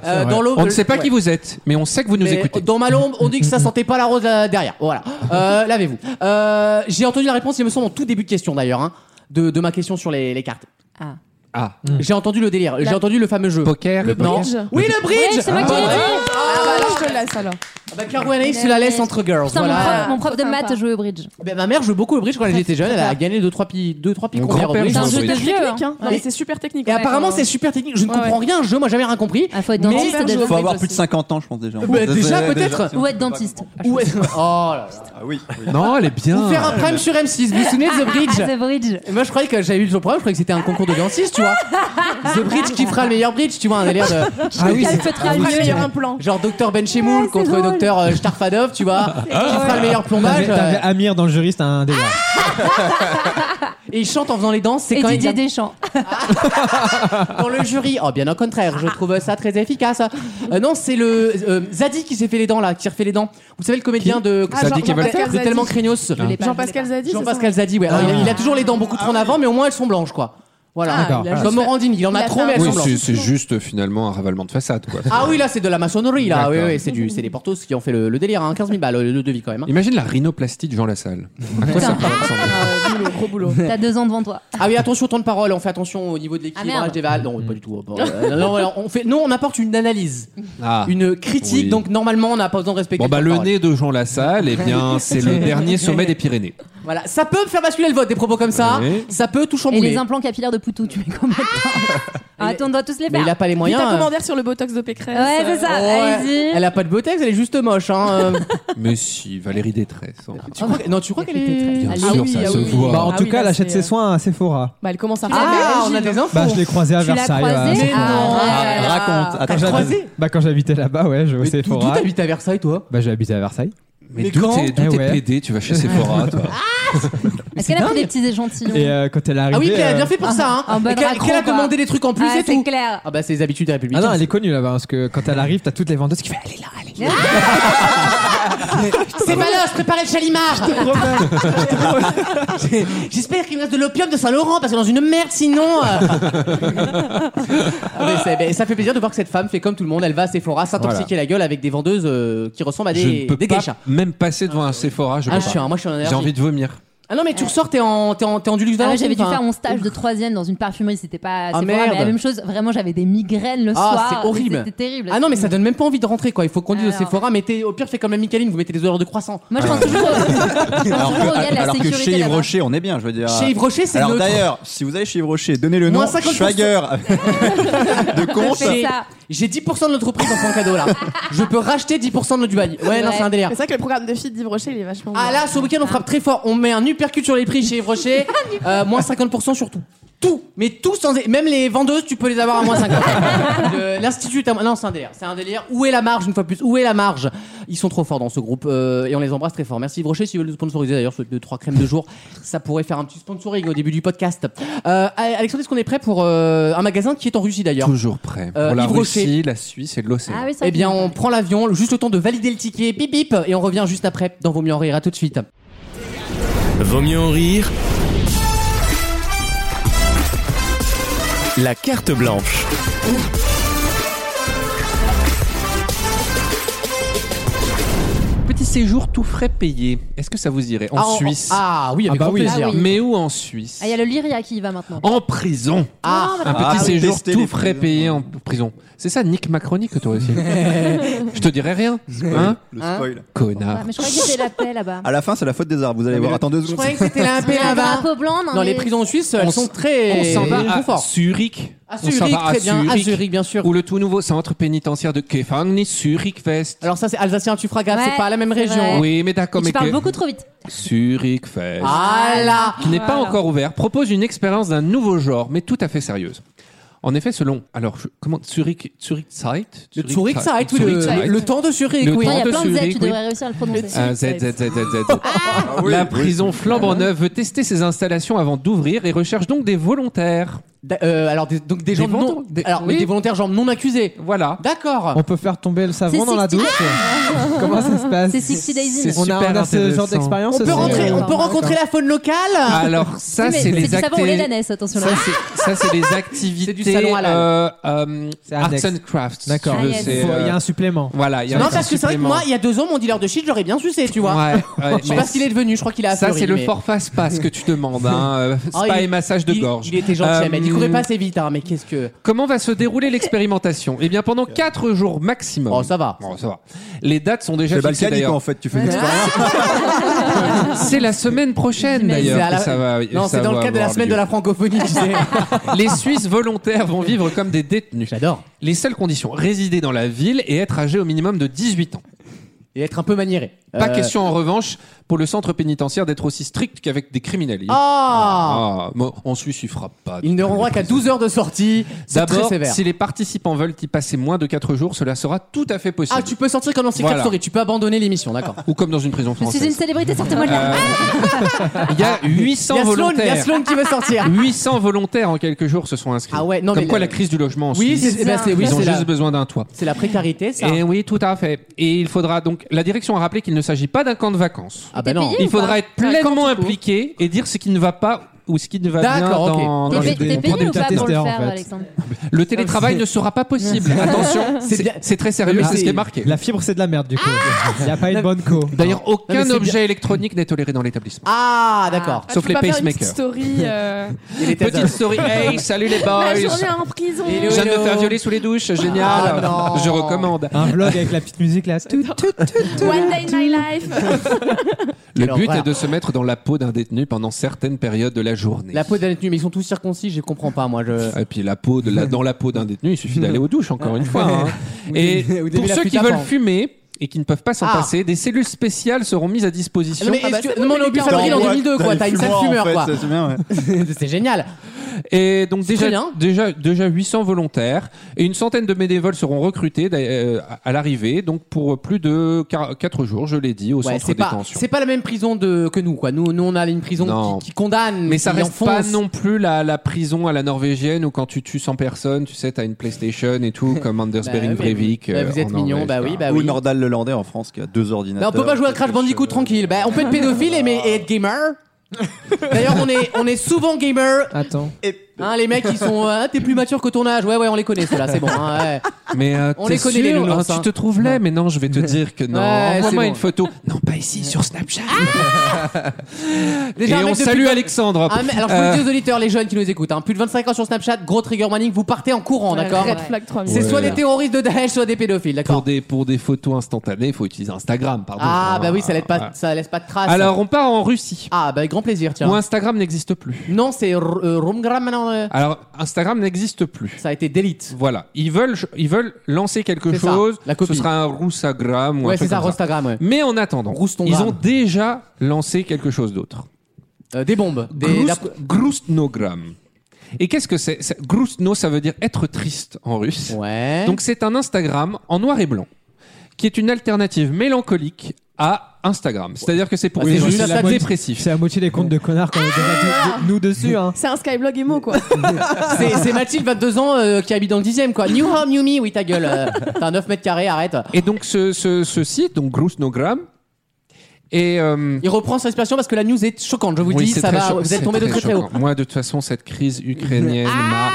B: Euh, dans l'aube.
D: On ne sait pas
B: Ouais.
D: qui vous êtes, mais on sait que vous nous
B: Mais
D: écoutez.
B: Dans ma lombe, on dit que ça sentait pas la rose euh, derrière. Voilà. Euh, Lavez-vous. Euh, J'ai entendu la réponse, il me semble, en tout début de question d'ailleurs, hein, de, de ma question sur les, les cartes. Hmm.
E: Ah.
D: Ah,
B: J'ai entendu le délire, j'ai entendu le fameux jeu. Euh,
D: poker.
G: Le
B: Non.
G: bridge
B: Oui, le bridge
E: Oui, c'est moi qui l'ai
B: Ah,
E: dit.
G: Ah bah là, je te laisse alors.
B: bah, Caro et Anaïs se la laisse entre girls.
E: Putain,
B: voilà.
E: mon prof- mon prof,
G: Trop
E: de
G: sympa.
E: maths jouait au bridge.
B: Ben, ma mère jouait beaucoup au bridge quand elle
E: Très-
B: était jeune.
E: très
B: Elle a
E: fort.
B: gagné deux trois petits deux trois petits
D: Mon
B: concerts au
D: grand-père
B: bridge.
E: C'est un
D: Dans
E: jeu
D: le
E: de
D: bridge.
E: vieux. hein.
G: Technique, hein. Non, mais
B: Et-
G: c'est super technique.
B: Et
G: ouais.
B: apparemment c'est super technique. Je ne
G: Ouais,
B: comprends
G: ouais.
B: rien au jeu. Moi j'ai jamais rien compris.
E: Ah, faut être
B: Mais-
E: dentiste
G: Il
E: déjà.
F: Faut avoir plus de 50 ans, je pense déjà.
B: Bah, déjà, peut-être.
F: sinon
E: Ou
F: tu
E: être
F: peux pas
E: dentiste.
F: comprendre.
B: Où est- Oh là là.
F: Ah oui. oui.
D: Non, elle est bien.
B: Ou faire un prime sur M6. Vous vous souvenez de The Bridge
E: Ah, The Bridge.
B: Et Moi, je croyais que j'avais eu le problème, je croyais que c'était un concours de danseuse, tu vois. The Bridge qui fera le meilleur bridge, tu vois, un délire de.
C: Ah oui,
G: Elle
C: c'est-
G: fait très
B: Ah oui,
G: bien
B: c'est-
G: un plan.
B: Genre Docteur Benchemoul contre Docteur euh, Starfadov, tu vois. qui fera le meilleur
C: t'avais
B: plombage.
C: t'avais
B: euh, Ah
C: Amir dans le juriste, un délire.
B: et il chante en faisant les danses, c'est
E: Et
B: quand même.
E: Didier Deschamps.
B: pour le jury. Oh, bien au contraire, je trouve ça très efficace. Euh, non, c'est le euh, Zadi qui s'est fait les dents là, qui s'est refait les dents. Vous savez le comédien de
G: Ah, Jean-
D: Zadi qui va le
G: Jean-Pascal
D: faire
B: de
G: Zadi.
B: tellement craignos.
E: l'ai pas.
G: Jean-Pascal Zadi.
B: Jean-Pascal Zadi, ouais.
D: Ah.
B: Alors, il, a- il a toujours les dents beaucoup trop en avant, mais au moins elles sont blanches, quoi. Voilà.
C: D'accord.
G: Ah, il a
B: Comme
G: juste fait-
B: Morandini, il en a
G: il a
B: trop,
G: fait un-
B: mais elles
D: Oui,
B: sont blanches.
D: c'est- c'est juste finalement un ravalement de façade. Quoi.
B: Ah oui, là, c'est de la maçonnerie, là. Oui,
D: D'accord.
B: oui, c'est du, c'est des portos qui ont fait le, le délire, hein. 15 000 balles, le, le devis quand même. hein.
D: Imagine la rhinoplastie de Jean Lassalle. À quoi ça peut ressembler
G: Zadi. Boulot, Gros boulot.
E: T'as deux ans devant toi.
B: Ah oui, attention au temps de parole, on fait attention au niveau de
E: Ah,
B: l'équilibrage
E: merde.
B: des valeurs. Non, pas du tout. Bon, euh, non, voilà, on fait, non, on apporte une analyse,
D: Ah.
B: une critique,
D: Oui.
B: donc normalement, on n'a pas besoin de respecter
D: Bon, bah,
B: temps de
D: le
B: parole.
D: nez de Jean Lassalle, eh bien, c'est le dernier sommet des Pyrénées.
B: Voilà, ça peut faire basculer le vote, des propos comme ça.
D: Oui.
B: Ça peut tout
E: Et
B: chambouler.
E: les implants capillaires de Poutou, tu mets combien de temps Ah, Attends, on doit tous les
B: Mais il a
E: faire.
B: pas les
G: Vite
B: moyens.
G: à
B: euh.
G: commandaire sur le botox de Pécresse. euh,
E: Ouais, c'est ça.
B: Oh,
E: Allez-y.
B: elle a pas de beau texte, elle est juste moche. Hein. euh.
D: Mais si, Valérie Détresse. hein.
B: tu crois que- non, tu crois qu'elle est.
D: Bien
E: Ah
D: sûr,
E: oui,
D: ça
E: ah
D: se
E: oui.
D: voit.
C: Bah, en
G: Ah
C: tout
G: oui,
C: cas,
G: là,
C: elle achète
G: c'est,
C: ses soins à Sephora.
G: Bah, elle commence à
B: Ah, on a des infos.
C: Bah, je l'ai croisée à
E: Tu l'as
C: Versailles.
E: croisée
C: ouais.
B: Mais
E: Ah,
B: non.
E: ouais.
F: Raconte.
B: T'as
C: Quand j'habitais-
B: croisé
C: Bah, quand j'habitais là-bas, ouais, je vais au
B: Mais d'où- D'où
C: Sephora.
B: t'habites à Versailles, toi
C: Bah, j'ai habité à Versailles.
D: Mais,
C: Mais
D: d'où
C: quand
D: t'es d'où
C: Eh
D: t'es
C: ouais.
D: PD Tu vas chez Sephora, toi.
E: Est-ce qu'elle a pris des petits échantillons
C: Et euh, quand elle est arrivée.
B: Ah oui, qu'elle a
C: euh,
B: bien fait pour ça, hein.
E: En
B: Et
E: mode
B: qu'elle
E: raccro,
B: qu'elle a
E: quoi.
B: demandé des trucs en plus
E: Ah,
B: et
E: c'est
B: tout.
E: clair.
B: Ah bah, c'est les habitudes
C: Ah
B: républicaines.
C: non, elle est connue là-bas parce que quand elle arrive, t'as toutes les vendeuses qui font Elle est là, elle est là.
B: C'est Malos, préparez le chalimar J'ai- J'espère qu'il me reste de l'opium de Saint-Laurent, parce que dans une merde sinon... euh. Ah, mais c'est- mais ça fait plaisir de voir que cette femme fait comme tout le monde, elle va à Sephora s'intoxiquer la gueule avec des vendeuses euh, qui ressemblent à
D: Je ne
B: des,
D: peux
B: des
D: pas
B: geishas.
D: même passer devant un Sephora. Je
B: Ah,
D: peux
B: je
D: pas.
B: suis un- moi je suis en
D: J'ai envie de vomir.
B: Ah non mais tu ressors, t'es en, t'es en, t'es en du luxe
E: Ah ouais,
B: Valentine,
E: j'avais dû
B: enfin.
E: faire mon stage de troisième dans une parfumerie, c'était pas
B: Ah,
E: c'est pas grave, mais la
B: merde.
E: même chose. Vraiment, j'avais des migraines le
B: Ah,
E: soir.
B: c'est horrible.
E: C'était terrible.
B: Ah non mais ça donne même pas envie de rentrer quoi, il faut qu'on dise au
E: Alors.
B: Sephora, mettez, au pire fais comme la Micaline, vous mettez des odeurs de croissant.
E: Moi, je pense toujours. je pense
F: Alors
E: toujours au gars de
F: que,
E: la
F: alors que
E: sécurité
F: chez Yves
E: là-bas.
F: Rocher, on est bien, je veux dire.
B: Chez Yves Rocher c'est
F: Ah. Alors
B: neutre.
F: d'ailleurs, si vous allez chez Yves Rocher, donnez le nom
B: Moins 50%.
F: Schwager de
E: Je
F: compte.
E: fais ça.
B: J'ai 10% de l'entreprise en plan cadeau là. Je peux racheter 10% de notre Dubaï. Ouais, non,
E: Ouais.
B: c'est un délire.
G: C'est vrai que le programme de filles d'Yves Rocher, il est vachement.
B: Ah
G: bien.
B: là, ce week-end, on frappe très fort. On met un uppercut sur les prix chez Yves Rocher. Euh, moins 50% sur tout. Tout, mais tout sans. Même les vendeuses, tu peux les avoir à moins 50. Euh, L'institut, est à- non, c'est un délire. C'est un délire. Où est la marge, une fois de plus Où est la marge Ils sont trop forts dans ce groupe euh, et on les embrasse très fort. Merci Yves Rocher si vous voulez nous sponsoriser d'ailleurs, ce 2-3 crèmes de jour. Ça pourrait faire un petit sponsoring au début du podcast. Euh, Alexandre, est-ce qu'on est prêt pour euh, un magasin qui est en Russie d'ailleurs
D: Toujours prêt.
B: Euh,
D: Pour la
B: Yves Rocher.
D: Russie, la Suisse et l'océan.
E: Ah oui, ça.
B: Eh bien, on prend l'avion, juste le temps de valider le ticket, bip bip, et on revient juste après dans Vos mieux en rire. À tout de suite.
A: Vaut mieux en rire. La carte blanche.
D: Petit séjour tout frais payé. Est-ce que ça vous irait En
B: Ah, on-
D: Suisse.
B: Ah oui, avec
C: Ah bah
B: grand
C: oui.
B: plaisir.
E: Ah oui.
D: Mais où en Suisse
E: Ah, il y a le Lyria qui y va maintenant.
D: En prison.
B: Ah,
D: Un petit
F: Ah,
D: séjour
F: tester les hein.
D: tout frais
F: prisons.
D: payé en prison. C'est ça, Nick Macroni que toi aussi. Je te dirais rien. Hein
F: Le
B: Hein
F: spoil.
E: Ah,
D: Connard.
E: mais je croyais que c'était la paix là-bas.
F: À la fin, c'est la faute des arbres. Vous allez voir. Attends deux
B: je
F: secondes.
B: croyais que c'était la paix
E: Il y a un
B: là-bas.
E: drapeau blanc. non,
B: Dans les
E: mais-
B: prisons suisses, elles
D: On
B: sont
D: s-
B: très
D: On s'en va à
B: confort.
D: Zurich.
B: À
D: On s'en
B: Zurich,
D: va à
B: très bien. À
D: Zurich.
B: Zurich, bien sûr.
D: Ou le tout nouveau centre pénitentiaire de Kefangnis Zurich West.
B: Alors ça, c'est alsacien, tu feras gaffe,
E: Ouais,
B: c'est pas la même
E: c'est
B: région.
E: vrai.
D: Oui, mais d'accord,
E: Et
D: mais
E: Tu parles
D: que-
E: beaucoup trop vite.
D: Zurich Fest.
B: Ah là
D: qui n'est pas encore ouvert, propose une expérience d'un nouveau genre, mais tout à fait sérieuse. En effet, selon. Alors, je- comment Zurich, Zurich Zeit
B: Le Zurich, ça arrête, oui, le,
D: Zeit.
B: le temps de Zurich,
D: Le
B: oui.
E: Non, il y a
D: Tente
E: plein de Z,
D: Zurich,
E: tu
D: oui.
E: devrais réussir à le prononcer.
D: Ah, Z, Z,
B: Oh,
D: Z, Z, Z, Z.
F: Ah
D: Ah
B: Ah
D: La prison flambant neuve veut tester ses installations avant d'ouvrir et recherche donc des volontaires.
B: D'a- euh, alors, des, donc des gens
D: ventes-
B: non...
D: des-
B: Alors, mais
D: oui.
B: des volontaires genre non accusés.
D: Voilà.
B: D'accord.
C: On peut faire tomber le savon
E: C'est
C: dans la douche.
B: Ah.
C: Comment ça se passe
E: C'est 60 Days In.
D: C'est
C: On a,
D: super
C: on a ce genre
D: intéressant.
C: d'expérience.
B: On peut,
C: aussi
B: rentrer, on peut
E: D'accord.
B: rencontrer la faune locale.
D: Alors, ça,
E: Ah. Oui, mais
D: c'est les
E: du savon au lait
D: activités.
E: d'ânesse, attention là.
D: Ça, c'est- ça, c'est les activités.
B: du salon halal.
D: euh, euh,
C: C'est
D: Arts
C: annexe.
D: and Crafts. si
C: D'accord.
D: tu veux,
E: Ah, yes.
D: c'est,
C: Faut- Il y a
D: euh,
C: un supplément.
D: Voilà, il y a
B: non,
D: un
B: parce que c'est vrai que
D: supplément.
B: moi, il y a deux ans, mon dealer de shit, j'aurais bien sucé, tu vois.
D: Ouais, ouais,
B: Je sais
D: mais
B: pas s'il est devenu, je crois qu'il a
D: Ça,
B: affairé,
D: c'est le
B: mais-
D: fort face-passe que tu demandes. Hein. euh,
B: Ah,
D: spa
B: il-
D: et massage de
B: il-
D: gorge.
B: Il était gentil,
D: Euh,
B: mais il courait pas assez vite, hein, mais qu'est-ce que.
D: Comment va se dérouler l'expérimentation Eh bien, pendant 4 jours maximum.
B: Oh, ça va.
D: Bon, ça va. Les dates sont déjà
F: C'est
D: fixées
F: balkanique
D: d'ailleurs.
F: en fait. Tu fais une expérience.
D: C'est la semaine prochaine
B: Mais c'est
D: d'ailleurs
B: à la-
D: que ça va.
B: Non,
D: ça
B: c'est dans
D: va
B: le cadre de la
D: avoir
B: semaine
D: lieu.
B: de la francophonie, tu sais.
D: Les Suisses volontaires vont vivre comme des détenus.
B: J'adore.
D: Les seules conditions résider dans la ville et être âgé au minimum de 18 ans.
B: Et être un peu maniéré.
D: Pas
B: Euh,
D: question en revanche pour le centre pénitentiaire d'être aussi strict qu'avec des criminels. Il-
B: Ah
D: Ah, moi, en Suisse, il frappe pas. euh,
B: Ils n'auront droit qu'à 12 heures de sortie. C'est très
D: D'abord,
B: sévère.
D: si les participants veulent y passer moins de 4 jours, cela sera tout à fait possible.
B: Ah, tu peux sortir comme dans Secret
D: Voilà.
B: Story, tu peux abandonner l'émission, d'accord.
D: Ou comme dans une prison
E: Je suis une
D: française.
E: célébrité, sortez-moi de là.
D: Euh, Il y a
B: Ah, Il y
D: 800
B: a Sloan, il y a
D: volontaires.
B: Sloan qui veut sortir.
D: 800 volontaires en quelques jours se sont inscrits.
B: Ah ouais, non,
D: Comme
B: mais
D: quoi
B: la-
D: la crise du logement en
B: Oui,
D: Suisse,
B: c'est eh ben, c'est- oui,
D: ils ont
B: c'est
D: juste
B: la...
D: besoin d'un toit.
B: c'est la précarité, ça.
D: Et oui, tout à fait. Et il faudra donc la direction a rappelé qu'il ne s'agit pas d'un camp de vacances.
B: Ah bah non.
E: payé
D: Il
E: ou pas
D: faudra être
B: Un camp
D: pleinement
B: tout court.
D: impliqué et dire ce qui ne va pas ou ce qui ne va bien
B: D'accord, ok.
D: dans, dans
E: T'es
D: le-
E: payé- T'es
C: on prend
E: payé
C: des
E: ou pas pour le
C: testeurs, en
E: faire,
C: fait.
E: Alexandre
D: le télétravail ne sera pas possible. Attention,
B: C'est bien-
D: c'est c'est très sérieux,
B: Mais
D: c'est ce
B: c'est-
D: qui est marqué.
C: La fibre, c'est de la merde du coup.
B: Ah.
C: Il n'y a pas une bonne co.
D: D'ailleurs,
B: Non, mais
D: aucun
B: c'est
D: objet électronique n'est toléré dans l'établissement.
B: Ah, d'accord.
G: Ah,
D: sauf
G: tu
D: les
G: peux pas faire une
D: pacemakers.
G: petite story. euh,
B: Il était
D: Petite story, hey, salut les boys.
G: Ma journée en prison.
B: Et
D: Je
B: le-
D: viens de me faire violer sous les douches, génial.
B: Ah, non.
D: Je recommande.
C: Un vlog avec la petite musique là. Tout, tout,
G: One day in my life.
D: Le
B: Alors,
D: but
B: voilà.
D: est de se mettre dans la peau d'un détenu pendant certaines périodes de la journée.
B: La peau de la détenue, mais ils sont tous circoncis, je comprends pas, moi. Je...
D: Et puis la peau de la, dans la peau d'un détenu, il suffit d'aller aux douches, encore une fois. hein.
B: Ou
D: Et
B: des- ou des
D: pour
B: villas
D: ceux
B: plus
D: qui veulent
B: tapants.
D: fumer et qui ne peuvent pas s'en
B: Ah.
D: passer, des cellules spéciales seront mises à
B: Non,
D: disposition.
B: mais
G: Ah bah,
B: est-ce
G: c'est
B: que...
G: bon,
B: non, mais on
G: les
B: est au
G: gars.
B: Buffalo Grill en 2002, quoi. T'as une salle fumeur, quoi.
F: C'est bien. ouais.
B: C'est génial.
D: Et donc déjà,
G: très bien.
D: déjà, déjà 800 volontaires et une centaine de bénévoles seront recrutés d'a- euh, à l'arrivée, donc pour plus de 4 jours, je l'ai dit, au
B: Ouais,
D: centre
B: c'est pas,
D: détention.
B: c'est pas la même prison de, que nous, quoi. Nous, nous, on a une prison
D: Non.
B: qui, qui condamne.
D: Mais ça
B: qui
D: reste pas
B: enfonce.
D: non plus la, la prison à la norvégienne où quand tu tues 100 personnes, tu sais, t'as une PlayStation et tout, comme Anders
B: Bah,
D: Bering
B: oui, mais-
D: Breivik.
B: bah,
D: euh,
B: vous êtes
D: en
B: mignons,
D: Norvège,
B: bah oui,
D: quoi.
B: bah
F: Ou euh,
B: oui.
F: Nordal le Landais en France qui a deux
B: Bah,
F: ordinateurs.
B: on peut pas jouer à Crash Bandicoot tranquille. Bah, on peut être pédophile et, mais- et être gamer. D'ailleurs, on est, on est souvent gamer.
C: Attends.
B: Hein, les mecs, ils sont. euh, Ah, t'es plus mature que ton âge. Ouais, ouais, on les connaît, ceux-là, c'est bon. hein, ouais.
D: Mais euh,
B: On
D: t'es
B: les connaît, les
D: sûr
B: nounours,
D: Ah,
B: hein.
D: Tu te trouves laid, mais non, je vais te dire que non.
B: Ouais,
D: Envoie-moi
B: c'est bon. Ah
D: une photo. Non, pas ici, sur Snapchat.
B: Déjà, un mec
D: et on
B: de plus
D: salue
B: de-
D: Alexandre.
B: Ah, mais- alors, je vous
D: Euh,
B: le dis aux auditeurs, les jeunes qui nous écoutent, hein, plus de 25 ans sur Snapchat, gros trigger warning, vous partez en courant, d'accord
G: Red flag 3000.
B: C'est soit
D: Ouais.
B: des terroristes de Daesh, soit des pédophiles,
D: pour,
B: d'accord
D: des, pour des photos instantanées, il faut utiliser Instagram, pardon.
B: Ah, bah oui, ça laisse
D: Ah.
B: pas, ça laisse pas de traces.
D: Alors, on part en Russie,
B: Ah, bah, grand plaisir, tiens.
D: où Instagram n'existe plus.
B: Non, c'est R- euh, Romgram maintenant. euh,
D: Alors, Instagram n'existe plus.
B: Ça a été d'élite.
D: Voilà, ils veulent, ils veulent lancer quelque
B: C'est ça,
D: chose.
B: la copie.
D: Ce sera un Roussagram ou un
B: Ouais,
D: truc
B: c'est ça,
D: comme
B: Rostagram, ouais.
D: Mais en attendant,
B: Roustongram.
D: ils ont déjà lancé quelque chose d'autre.
B: Euh, des bombes. Des, la-
D: Groust- Groustnogram. Et qu'est-ce que c'est C'est- Groustno, ça veut dire être triste en russe.
B: Ouais.
D: Donc c'est un Instagram en noir et blanc, qui est une alternative mélancolique à Instagram. C'est-à-dire que c'est pour
B: Ah,
D: les
B: c'est
D: russes
B: juste la moitié-
D: dépressifs.
C: C'est à moitié des comptes de connards qu'on est
B: Ah.
C: déjà de- nous dessus. Hein.
G: C'est un Skyblog émo, quoi.
B: c'est Ah, c'est Mathilde, 22 ans, euh, qui habite dans le 10ème, quoi. New home, new me, oui, ta gueule. euh, T'as 9 mètres carrés, arrête.
D: Et donc ce, ce- ce site, donc Groustnogram, et euh,
B: Il reprend sa respiration parce que la news est choquante, je vous
D: oui,
B: dis.
D: c'est
B: Ça
D: très
B: va,
D: cho-
B: vous
D: c'est
B: êtes tombé de très très haut.
D: choquant. Moi, de toute façon, cette crise ukrainienne m'a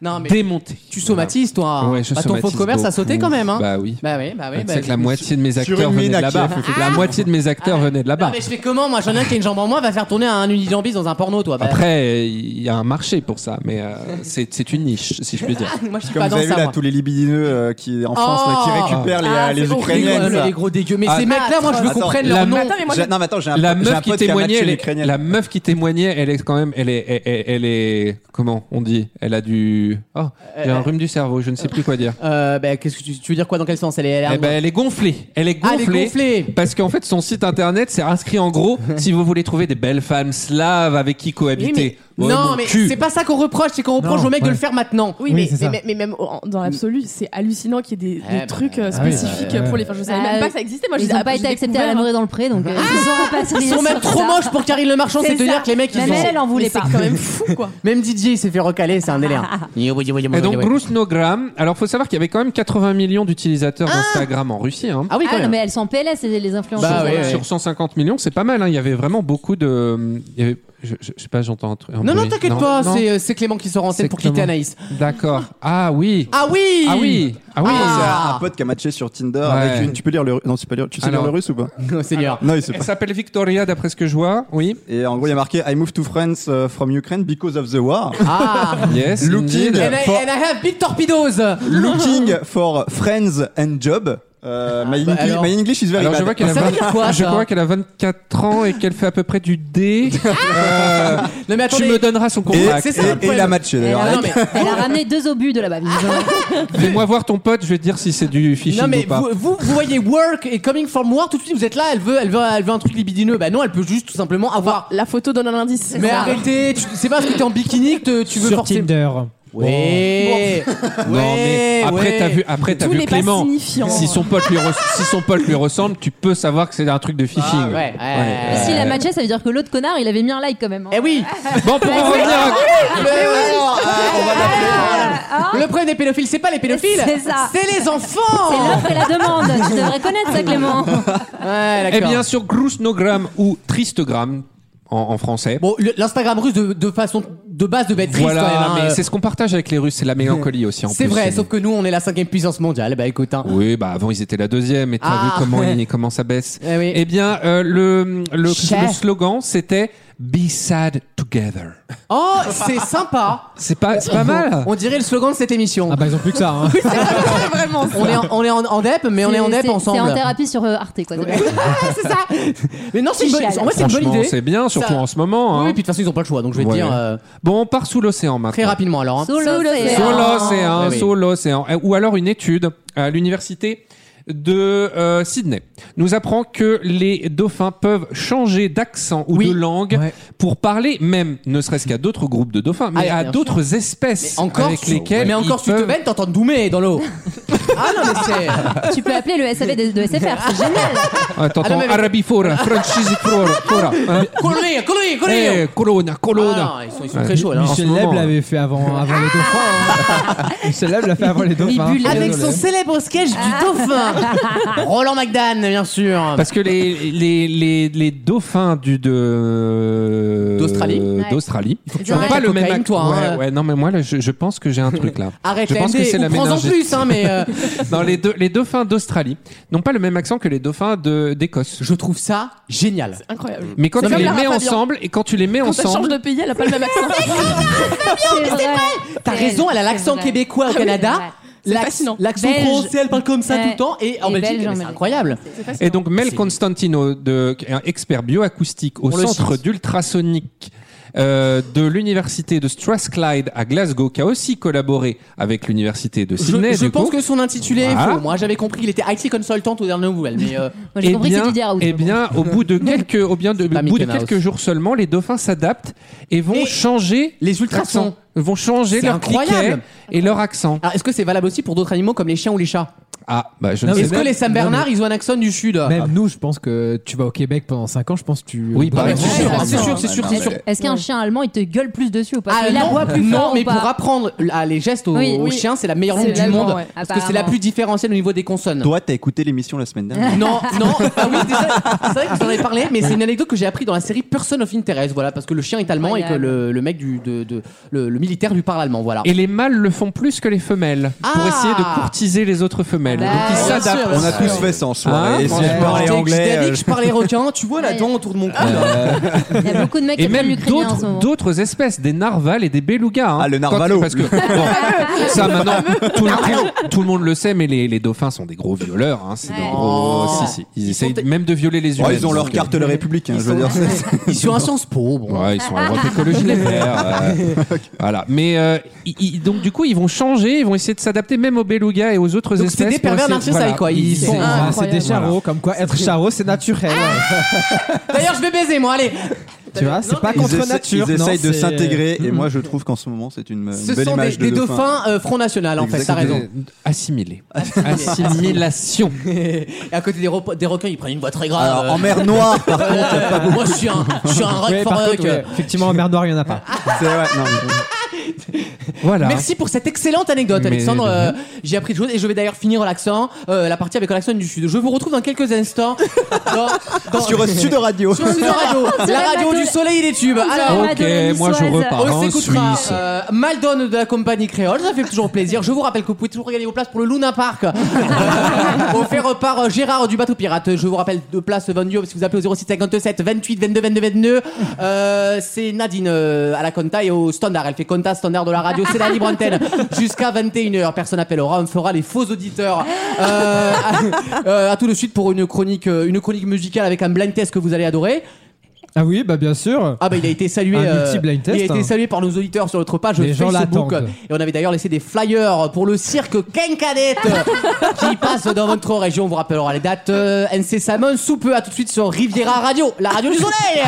B: Non, Ah, mais
D: démonté.
B: tu somatises, toi. hein.
D: Ouais, je
B: bah, ton faux
D: somatise
B: commerce a
D: beaucoup.
B: sauté quand même. Hein.
D: Bah oui.
B: Bah oui, bah oui.
D: Tu
B: bah,
D: sais que la moitié de mes acteurs
F: une
D: venaient
F: mine
D: de
F: à
D: là-bas.
F: Kiev,
D: La moitié de mes acteurs venaient de
B: Ah. Non,
D: là-bas.
B: mais je fais comment Moi, j'en ai un qui a une jambe en moins, va faire tourner un unidambis dans un porno, toi. Bah,
D: Après, il y a un marché pour ça, mais euh, c'est c'est une niche, si je puis dire.
B: moi, je suis
F: Comme
B: pas
F: vous
B: dans
F: avez vu
B: ça.
F: là,
B: moi.
F: tous les libidineux euh, qui en France là, qui
B: Oh.
F: récupèrent les,
G: Ah,
F: euh,
G: c'est
F: les
G: bon,
F: Ukrainiennes.
B: Rigole,
F: ça.
B: les gros dégueux. Mais
D: Ah,
B: ces mecs-là, moi, je veux
F: attends,
B: qu'on prenne
D: la
B: leur nom.
D: ma-
G: Attends, mais moi,
F: J'ai- Non, mais attends, j'ai un,
D: La
F: j'ai un
D: meuf qui
F: pote qui a
D: témoignait,
F: matché une
D: elle est,
F: ukrainienne.
D: la meuf qui témoignait, elle est quand même, elle est, elle, elle- elle est, comment on dit, elle a du, oh, j'ai un rhume du cerveau, je ne sais plus quoi dire.
B: Euh, bah, qu'est-ce que tu, tu veux dire quoi dans quel sens Elle est, elle est
D: Eh ben, elle est gonflée, elle est
B: Ah,
D: gonflée.
B: elle est gonflée.
D: Parce qu'en fait, son site internet, c'est inscrit en gros, si vous voulez trouver des belles femmes slaves avec qui
G: Oui, mais-
D: cohabiter. Ouais,
B: non,
D: mon
B: mais
D: cul.
B: c'est pas ça qu'on reproche, c'est qu'on reproche
C: Non,
B: au mec de
C: ouais.
B: le faire maintenant.
G: Oui,
C: Oui,
G: mais,
C: c'est ça.
G: mais, mais même en- dans l'absolu, c'est hallucinant qu'il y ait des,
B: Eh
G: des
B: ben,
G: trucs euh,
C: ah oui,
G: spécifiques
C: bah,
G: pour
C: ouais.
G: les femmes. Je savais
E: Bah,
G: même pas que ça existait. Moi, je
E: Ils
G: disais,
E: ont
G: ah,
E: pas
G: j'ai
E: été acceptés à
G: découvert.
E: la morée dans le pré, donc euh, ils ont repassé
B: Ils
E: les
B: sont même
E: sur
B: trop
E: ça.
B: moches pour Karine Le Marchand, c'est
E: C'est
B: te
E: ça.
B: dire que les mecs ils
E: Même
B: sont.
E: elle, Ah, elle en voulait
G: Mais c'est
E: pas.
G: quand même fou, quoi.
B: Même DJ il s'est fait recaler, c'est un délire.
D: Et donc, Grousnogram, alors faut savoir qu'il y avait quand même 80 millions d'utilisateurs d'Instagram en Russie. hein.
B: Ah oui, quand
E: Ah non, mais
B: même.
E: elles sont en PLS, les- les influenceurs.
B: Bah,
D: sur,
B: ouais, ouais.
D: sur 150 millions, c'est pas mal. hein. Il y avait vraiment beaucoup de. hum, il y avait- je, je- je sais pas, j'entends un truc. un
B: Non, non,
D: bruit.
B: t'inquiète pas,
D: non.
B: c'est euh, c'est Clément qui sort en scène
D: C'est
B: pour quitter
D: Clément.
B: Anaïs.
D: D'accord. Ah oui.
B: Ah oui
D: Ah oui. Ah oui.
F: Un pote qui a matché sur Tinder avec une. Tu peux lire le. Non, tu, peux lire... tu sais
D: Alors.
F: lire le russe ou pas
B: Oh, Seigneur.
F: Non, il sait
D: Elle
F: pas.
D: s'appelle Victoria, d'après ce que je vois. Oui.
F: Et en gros, il y a marqué I moved to France euh, from Ukraine because of the war.
B: Ah
D: Yes.
F: Looking.
D: indeed.
B: and I,
F: For-
B: and I have big torpedoes
F: Looking for friends and job. Euh, my,
B: bah
F: English,
B: alors.
F: my English is very
D: Alors
F: bad.
D: je vois qu'elle a,
B: Ça veut
D: 20
B: dire quoi,
D: je
B: ça Ah
D: crois qu'elle a 24 ans et qu'elle fait à peu près du D. Euh,
B: Non mais
D: tu
B: attendez,
D: me donneras son
F: Et,
D: contact.
B: c'est ça, le
F: et, et
B: problème.
F: il a matché
E: Elle
F: d'ailleurs.
E: a,
B: non, mais-
E: elle a ramené deux obus de là-bas, visiblement.
D: Fais-moi voir ton pote, je vais te dire si c'est du phishing
B: non mais
D: ou pas.
B: vous, vous, vous voyez work et coming from work tout de suite vous êtes là elle veut elle veut elle veut un truc libidineux bah non elle peut juste tout simplement avoir
G: La photo donne un indice.
B: mais arrêtez tu- c'est pas parce que t'es en bikini que te- tu veux
C: Sur
B: forcément
C: Tinder.
B: ouais
D: Non mais après
B: ouais.
D: t'as vu, après t'as
G: Tout
D: vu
G: n'est pas
D: Clément.
G: signifiant.
D: Si son pote lui res- si son pote lui ressemble, tu peux savoir que c'est un truc de phishing.
B: Ah, ouais, ouais.
D: Ouais.
E: S'il a matché, ça veut dire que l'autre connard, il avait mis un like quand même. hein.
B: Euh. Eh oui
D: Bon, pour en revenir à
B: Le, euh,
E: Ah,
B: Le problème des pédophiles, c'est pas les pédophiles,
E: C'est ça.
B: c'est les
E: C'est
B: enfants.
E: l'offre et la demande. Tu devrais connaître ça, Clément.
B: Ouais,
D: Eh
B: d'accord.
D: bien, sur Grousnogram ou Tristegram en, en français.
B: bon, le- l'Instagram russe de, de façon de base devait être triste
D: voilà,
B: quand même, hein.
D: mais c'est ce qu'on partage avec les Russes, c'est la mélancolie aussi. en
B: C'est
D: plus.
B: vrai, sauf que nous, on est la cinquième puissance mondiale. Bah écoute, hein.
D: Oui, bah avant ils étaient la deuxième, et t'as
B: Ah.
D: vu comment, ils- comment ça baisse.
B: Eh oui.
D: bien, euh, le, le,
B: Cher.
D: le slogan c'était Be sad together.
B: Oh, c'est sympa.
D: C'est pas, c'est pas mal.
B: On dirait le slogan de cette émission.
C: Ah bah ils ont plus que ça. Hein.
G: vraiment.
B: on est en, on est en, en dep, mais on est en dep
E: C'est-
B: ensemble.
E: C'est en thérapie sur euh, Arte, quoi.
B: Ah, c'est ça. Mais non, c'est une bonne,
E: Chiale.
B: en vrai, c'est une bonne
D: Franchement,
B: idée.
D: c'est bien, surtout
B: Ça-
D: en ce
B: Oui,
D: moment. hein.
B: puis de toute façon, ils ont pas le choix, donc je vais te
D: Ouais.
B: dire euh,
D: Bon, on part sous l'océan maintenant.
B: très rapidement alors. hein.
E: Sous l'océan.
D: Sur l'océan, Euh,
B: Oui, oui.
D: sur l'océan. Ou alors une étude à l'université de euh, Sydney nous apprend que les dauphins peuvent changer d'accent ou de langue pour parler même, ne serait-ce qu'à d'autres groupes de dauphins, mais
B: Ah,
D: à
B: bien
D: d'autres espèces
B: En Corse,
D: avec lesquelles
B: mais en
D: ils
B: Corse, tu
D: peuvent-
B: te mènes, t'entends Doumé dans l'eau. ah non, mais c'est.
E: tu peux appeler le SAV de, de SFR, c'est génial.
D: Ah, t'entends
B: Ah, non, mais-
D: Arabifora, Franchisifora, Fora, hein.
B: Colonia, colonia,
D: Eh,
B: colonia.
D: Corona, Corona.
B: Ah non, ils sont, ils sont très chauds là.
D: en
C: Michel
D: ce
C: Leb
D: moment,
C: l'avait fait avant, avant les dauphins. hein. Michel Leb l'a fait avant les dauphins. hein.
B: Avec son célèbre sketch du dauphin. Ah. Roland McDan, bien sûr.
D: Parce que les, les, les, les dauphins du, de...
B: D'Australie.
D: euh,
E: Ouais.
D: d'Australie
B: tu
D: ont
B: arrêtes
D: pas
B: la
D: le même
B: cocaïne,
D: acte.
B: toi, hein.
D: Ouais, ouais, non, mais moi, là, je, je pense que j'ai un truc là.
B: Arrête
D: je
B: la
D: pense
B: MD,
D: que c'est la
B: ou prends-en
D: méningite.
B: plus, hein, mais euh,
D: Ah. Non, les, deux- les dauphins d'Australie n'ont pas le même accent que les dauphins de- d'Écosse.
B: je trouve ça génial.
G: Incroyable.
D: Mais quand
G: C'est
D: tu
G: comme
D: les
G: Lara
D: mets
G: Fabian.
D: ensemble, et quand tu les mets
G: Quand elle change
D: ensemble,
G: de pays, elle a pas le même accent.
E: C'est vrai.
B: T'as
E: C'est
B: raison, elle a
E: c'est
B: l'accent
E: vrai. Ah
B: québécois au
G: oui,
B: Canada.
E: c'est vrai.
G: C'est
B: L'acc-
G: fascinant.
B: L'accent
E: Belge.
B: français, elle parle comme ça
E: Ouais.
B: tout le temps. Et en Belgique,
E: Et belge en
B: mais c'est
E: Belgique.
B: incroyable.
E: C'est fascinant.
D: Et donc Mel
B: C'est-
D: Constantino, de, qui est un expert bioacoustique au
B: On le
D: centre
B: cite.
D: d'ultrasonique euh, de l'université de Strathclyde à Glasgow, qui a aussi collaboré avec l'université de
B: Je,
D: Sydney.
B: je
D: du
B: pense
D: coup.
B: que son intitulé est
D: Voilà.
B: faux. Moi, j'avais compris, il était IT consultant aux dernières nouvelles. Mais euh,
E: Moi, j'ai
D: Eh
E: compris
D: bien,
E: que c'est du Deraout.
D: eh bien, au bout de quelques, au bien de,
B: C'est pas
D: au bout de
B: Mickey Mouse.
D: quelques jours seulement, les dauphins s'adaptent et vont
B: Et
D: changer
B: les ultrasons.
D: d'accent. vont changer
B: C'est
D: leur cliquet
B: incroyable.
D: et leur accent.
B: alors, Ah, est-ce que c'est valable aussi pour d'autres animaux comme les chiens ou les chats
D: Ah, bah je
C: Non,
D: ne sais
C: mais
B: Est-ce
D: pas.
B: que
C: même-
B: les Sam
C: non, mais-
B: Bernard, ils ont un accent du Sud
C: Même nous, je pense que tu vas au Québec pendant 5 ans, je pense que tu.
D: Oui,
B: Ah,
D: par
B: mais
D: Ouais,
B: c'est
D: ouais,
B: sûr,
D: ouais,
B: c'est sûr, c'est sûr, c'est sûr.
E: Est-ce qu'un chien allemand, il te gueule plus dessus ou pas
B: Ah
E: Il
B: non,
E: aboie plus
B: non,
E: fort ou
B: mais
E: pas
B: pour apprendre ah, les gestes aux,
E: Oui,
B: aux
E: oui.
B: chiens, c'est la meilleure
G: C'est
B: langue du
G: l'allemand,
B: monde.
G: ouais,
B: Parce que c'est la
E: apparemment.
B: plus différentielle au niveau des consonnes.
F: Toi, t'as écouté l'émission la semaine dernière.
B: Non, non, ah oui, déjà, c'est vrai que vous en avez parlé, mais c'est une anecdote que j'ai appris dans la série Person of Interest, voilà, parce que le chien est allemand et que le, le mec du, de, de- le, le militaire lui parle allemand,
F: Ah.
B: voilà.
D: Et les mâles le font plus que les femelles pour
B: Ah.
D: essayer de courtiser les autres femelles.
E: Bah,
D: Donc ils
B: bien
D: s'adaptent.
B: sûr, Ah, bien
F: On a
B: sûr. Ah,
F: tous fait ça en soirée.
D: Hein,
F: Essayer de
C: ouais.
B: Je t'ai- je
F: parler
B: t'ai
F: anglais.
B: dit
F: euh,
B: que je parlais requin, tu vois la dent autour de mon cou. là.
E: Il y a beaucoup de mecs qui
D: Et
E: apprennent
D: même
E: l'ukrainien en ce
D: d'autres
E: moment.
D: d'autres espèces, des narvals et des belugas. hein.
F: Ah, le
D: Quand-
F: narvalo.
D: parce que, bon, ça maintenant, tout, tout- tout le monde le sait, mais les, les dauphins sont des gros violeurs. hein. C'est des
E: Ouais.
D: gros.
B: Oh.
D: Si, si. Ils,
B: Ils
D: essayent
B: sont des-
D: même de violer les
F: oh,
D: humains.
F: ils ont leur
D: Donc, euh,
F: carte de la République, hein, je veux dire. c'est-
B: Ils sont un sens pro, bon.
D: Ouais, ils sont à droite écologie les verts, euh, Voilà. Mais euh, ils- ils- donc du coup, ils vont changer, ils vont essayer de s'adapter même aux belugas et aux autres
B: Donc,
D: espèces.
B: c'est des
D: pour
B: pervers
D: essayer-
B: narcissiques, ça, quoi. Ils
C: C'est
B: sont-
C: ah, c'est des
G: incroyable.
C: charros, comme quoi être charrot, c'est naturel.
B: Ah D'ailleurs, je vais baiser, moi, allez.
C: tu vois, c'est pas
F: Ils
C: contre
F: essaient-
C: nature.
F: Ils
C: non,
F: essayent de
C: c'est-
F: s'intégrer. Et moi, je trouve qu'en ce moment, c'est une euh,
B: euh, Ce
F: belle
B: sont des,
F: image de
B: des dauphins euh, Front National, en fait, t'as raison.
D: Assimilés. Assimilation.
B: Et à côté des, repo- des requins, ils prennent une voix très grave.
F: Alors, en mer noire, par contre,
B: Euh, moi, je suis un, je suis un rock
C: Ouais,
B: for
C: par
B: rock.
C: contre, ouais, effectivement, en mer noire, il n'y en a pas.
F: c'est vrai. non, mais-
D: Voilà.
B: Merci pour cette excellente anecdote,
D: Mais
B: Alexandre.
D: de
B: Euh,
D: rien.
B: J'ai appris des choses et je vais d'ailleurs finir l'accent, euh, la partie avec l'accent du Sud. Je vous retrouve dans quelques instants dans, dans-
F: Sur Sud Radio.
B: sur Sud Radio, la
E: la
B: radio
E: bateau-
B: du soleil et des tubes. Alors,
D: Ok, moi je repars
B: on
D: en
B: s'écoutera
D: Suisse.
B: euh, Maldon de la compagnie créole, ça fait toujours plaisir. Je vous rappelle que vous pouvez toujours gagner vos places pour le Luna Park, Euh, offert par euh, Gérard du bateau pirate. Je vous rappelle de places vendues si vous appelez au 06 57 28 22 22 22. Euh, c'est Nadine euh, à la compta et au standard. Elle fait compta standard de la radio, c'est la libre antenne jusqu'à 21h. Personne n'appellera, on fera les faux auditeurs. Euh, à, euh, à tout de suite pour une chronique, euh, une chronique musicale avec un blind test que vous allez adorer.
C: Ah oui, bah bien sûr.
B: Ah bah il a été salué.
C: Un multi-blind test,
B: il a été
C: hein.
B: salué par nos auditeurs sur notre page
C: Les gens
B: Facebook.
C: l'attendent.
B: et on avait d'ailleurs laissé des flyers pour le cirque Quincadet qui passe dans votre région. On vous rappellera les dates euh, incessamment sous peu. À tout de suite sur Riviera Radio, la radio du soleil.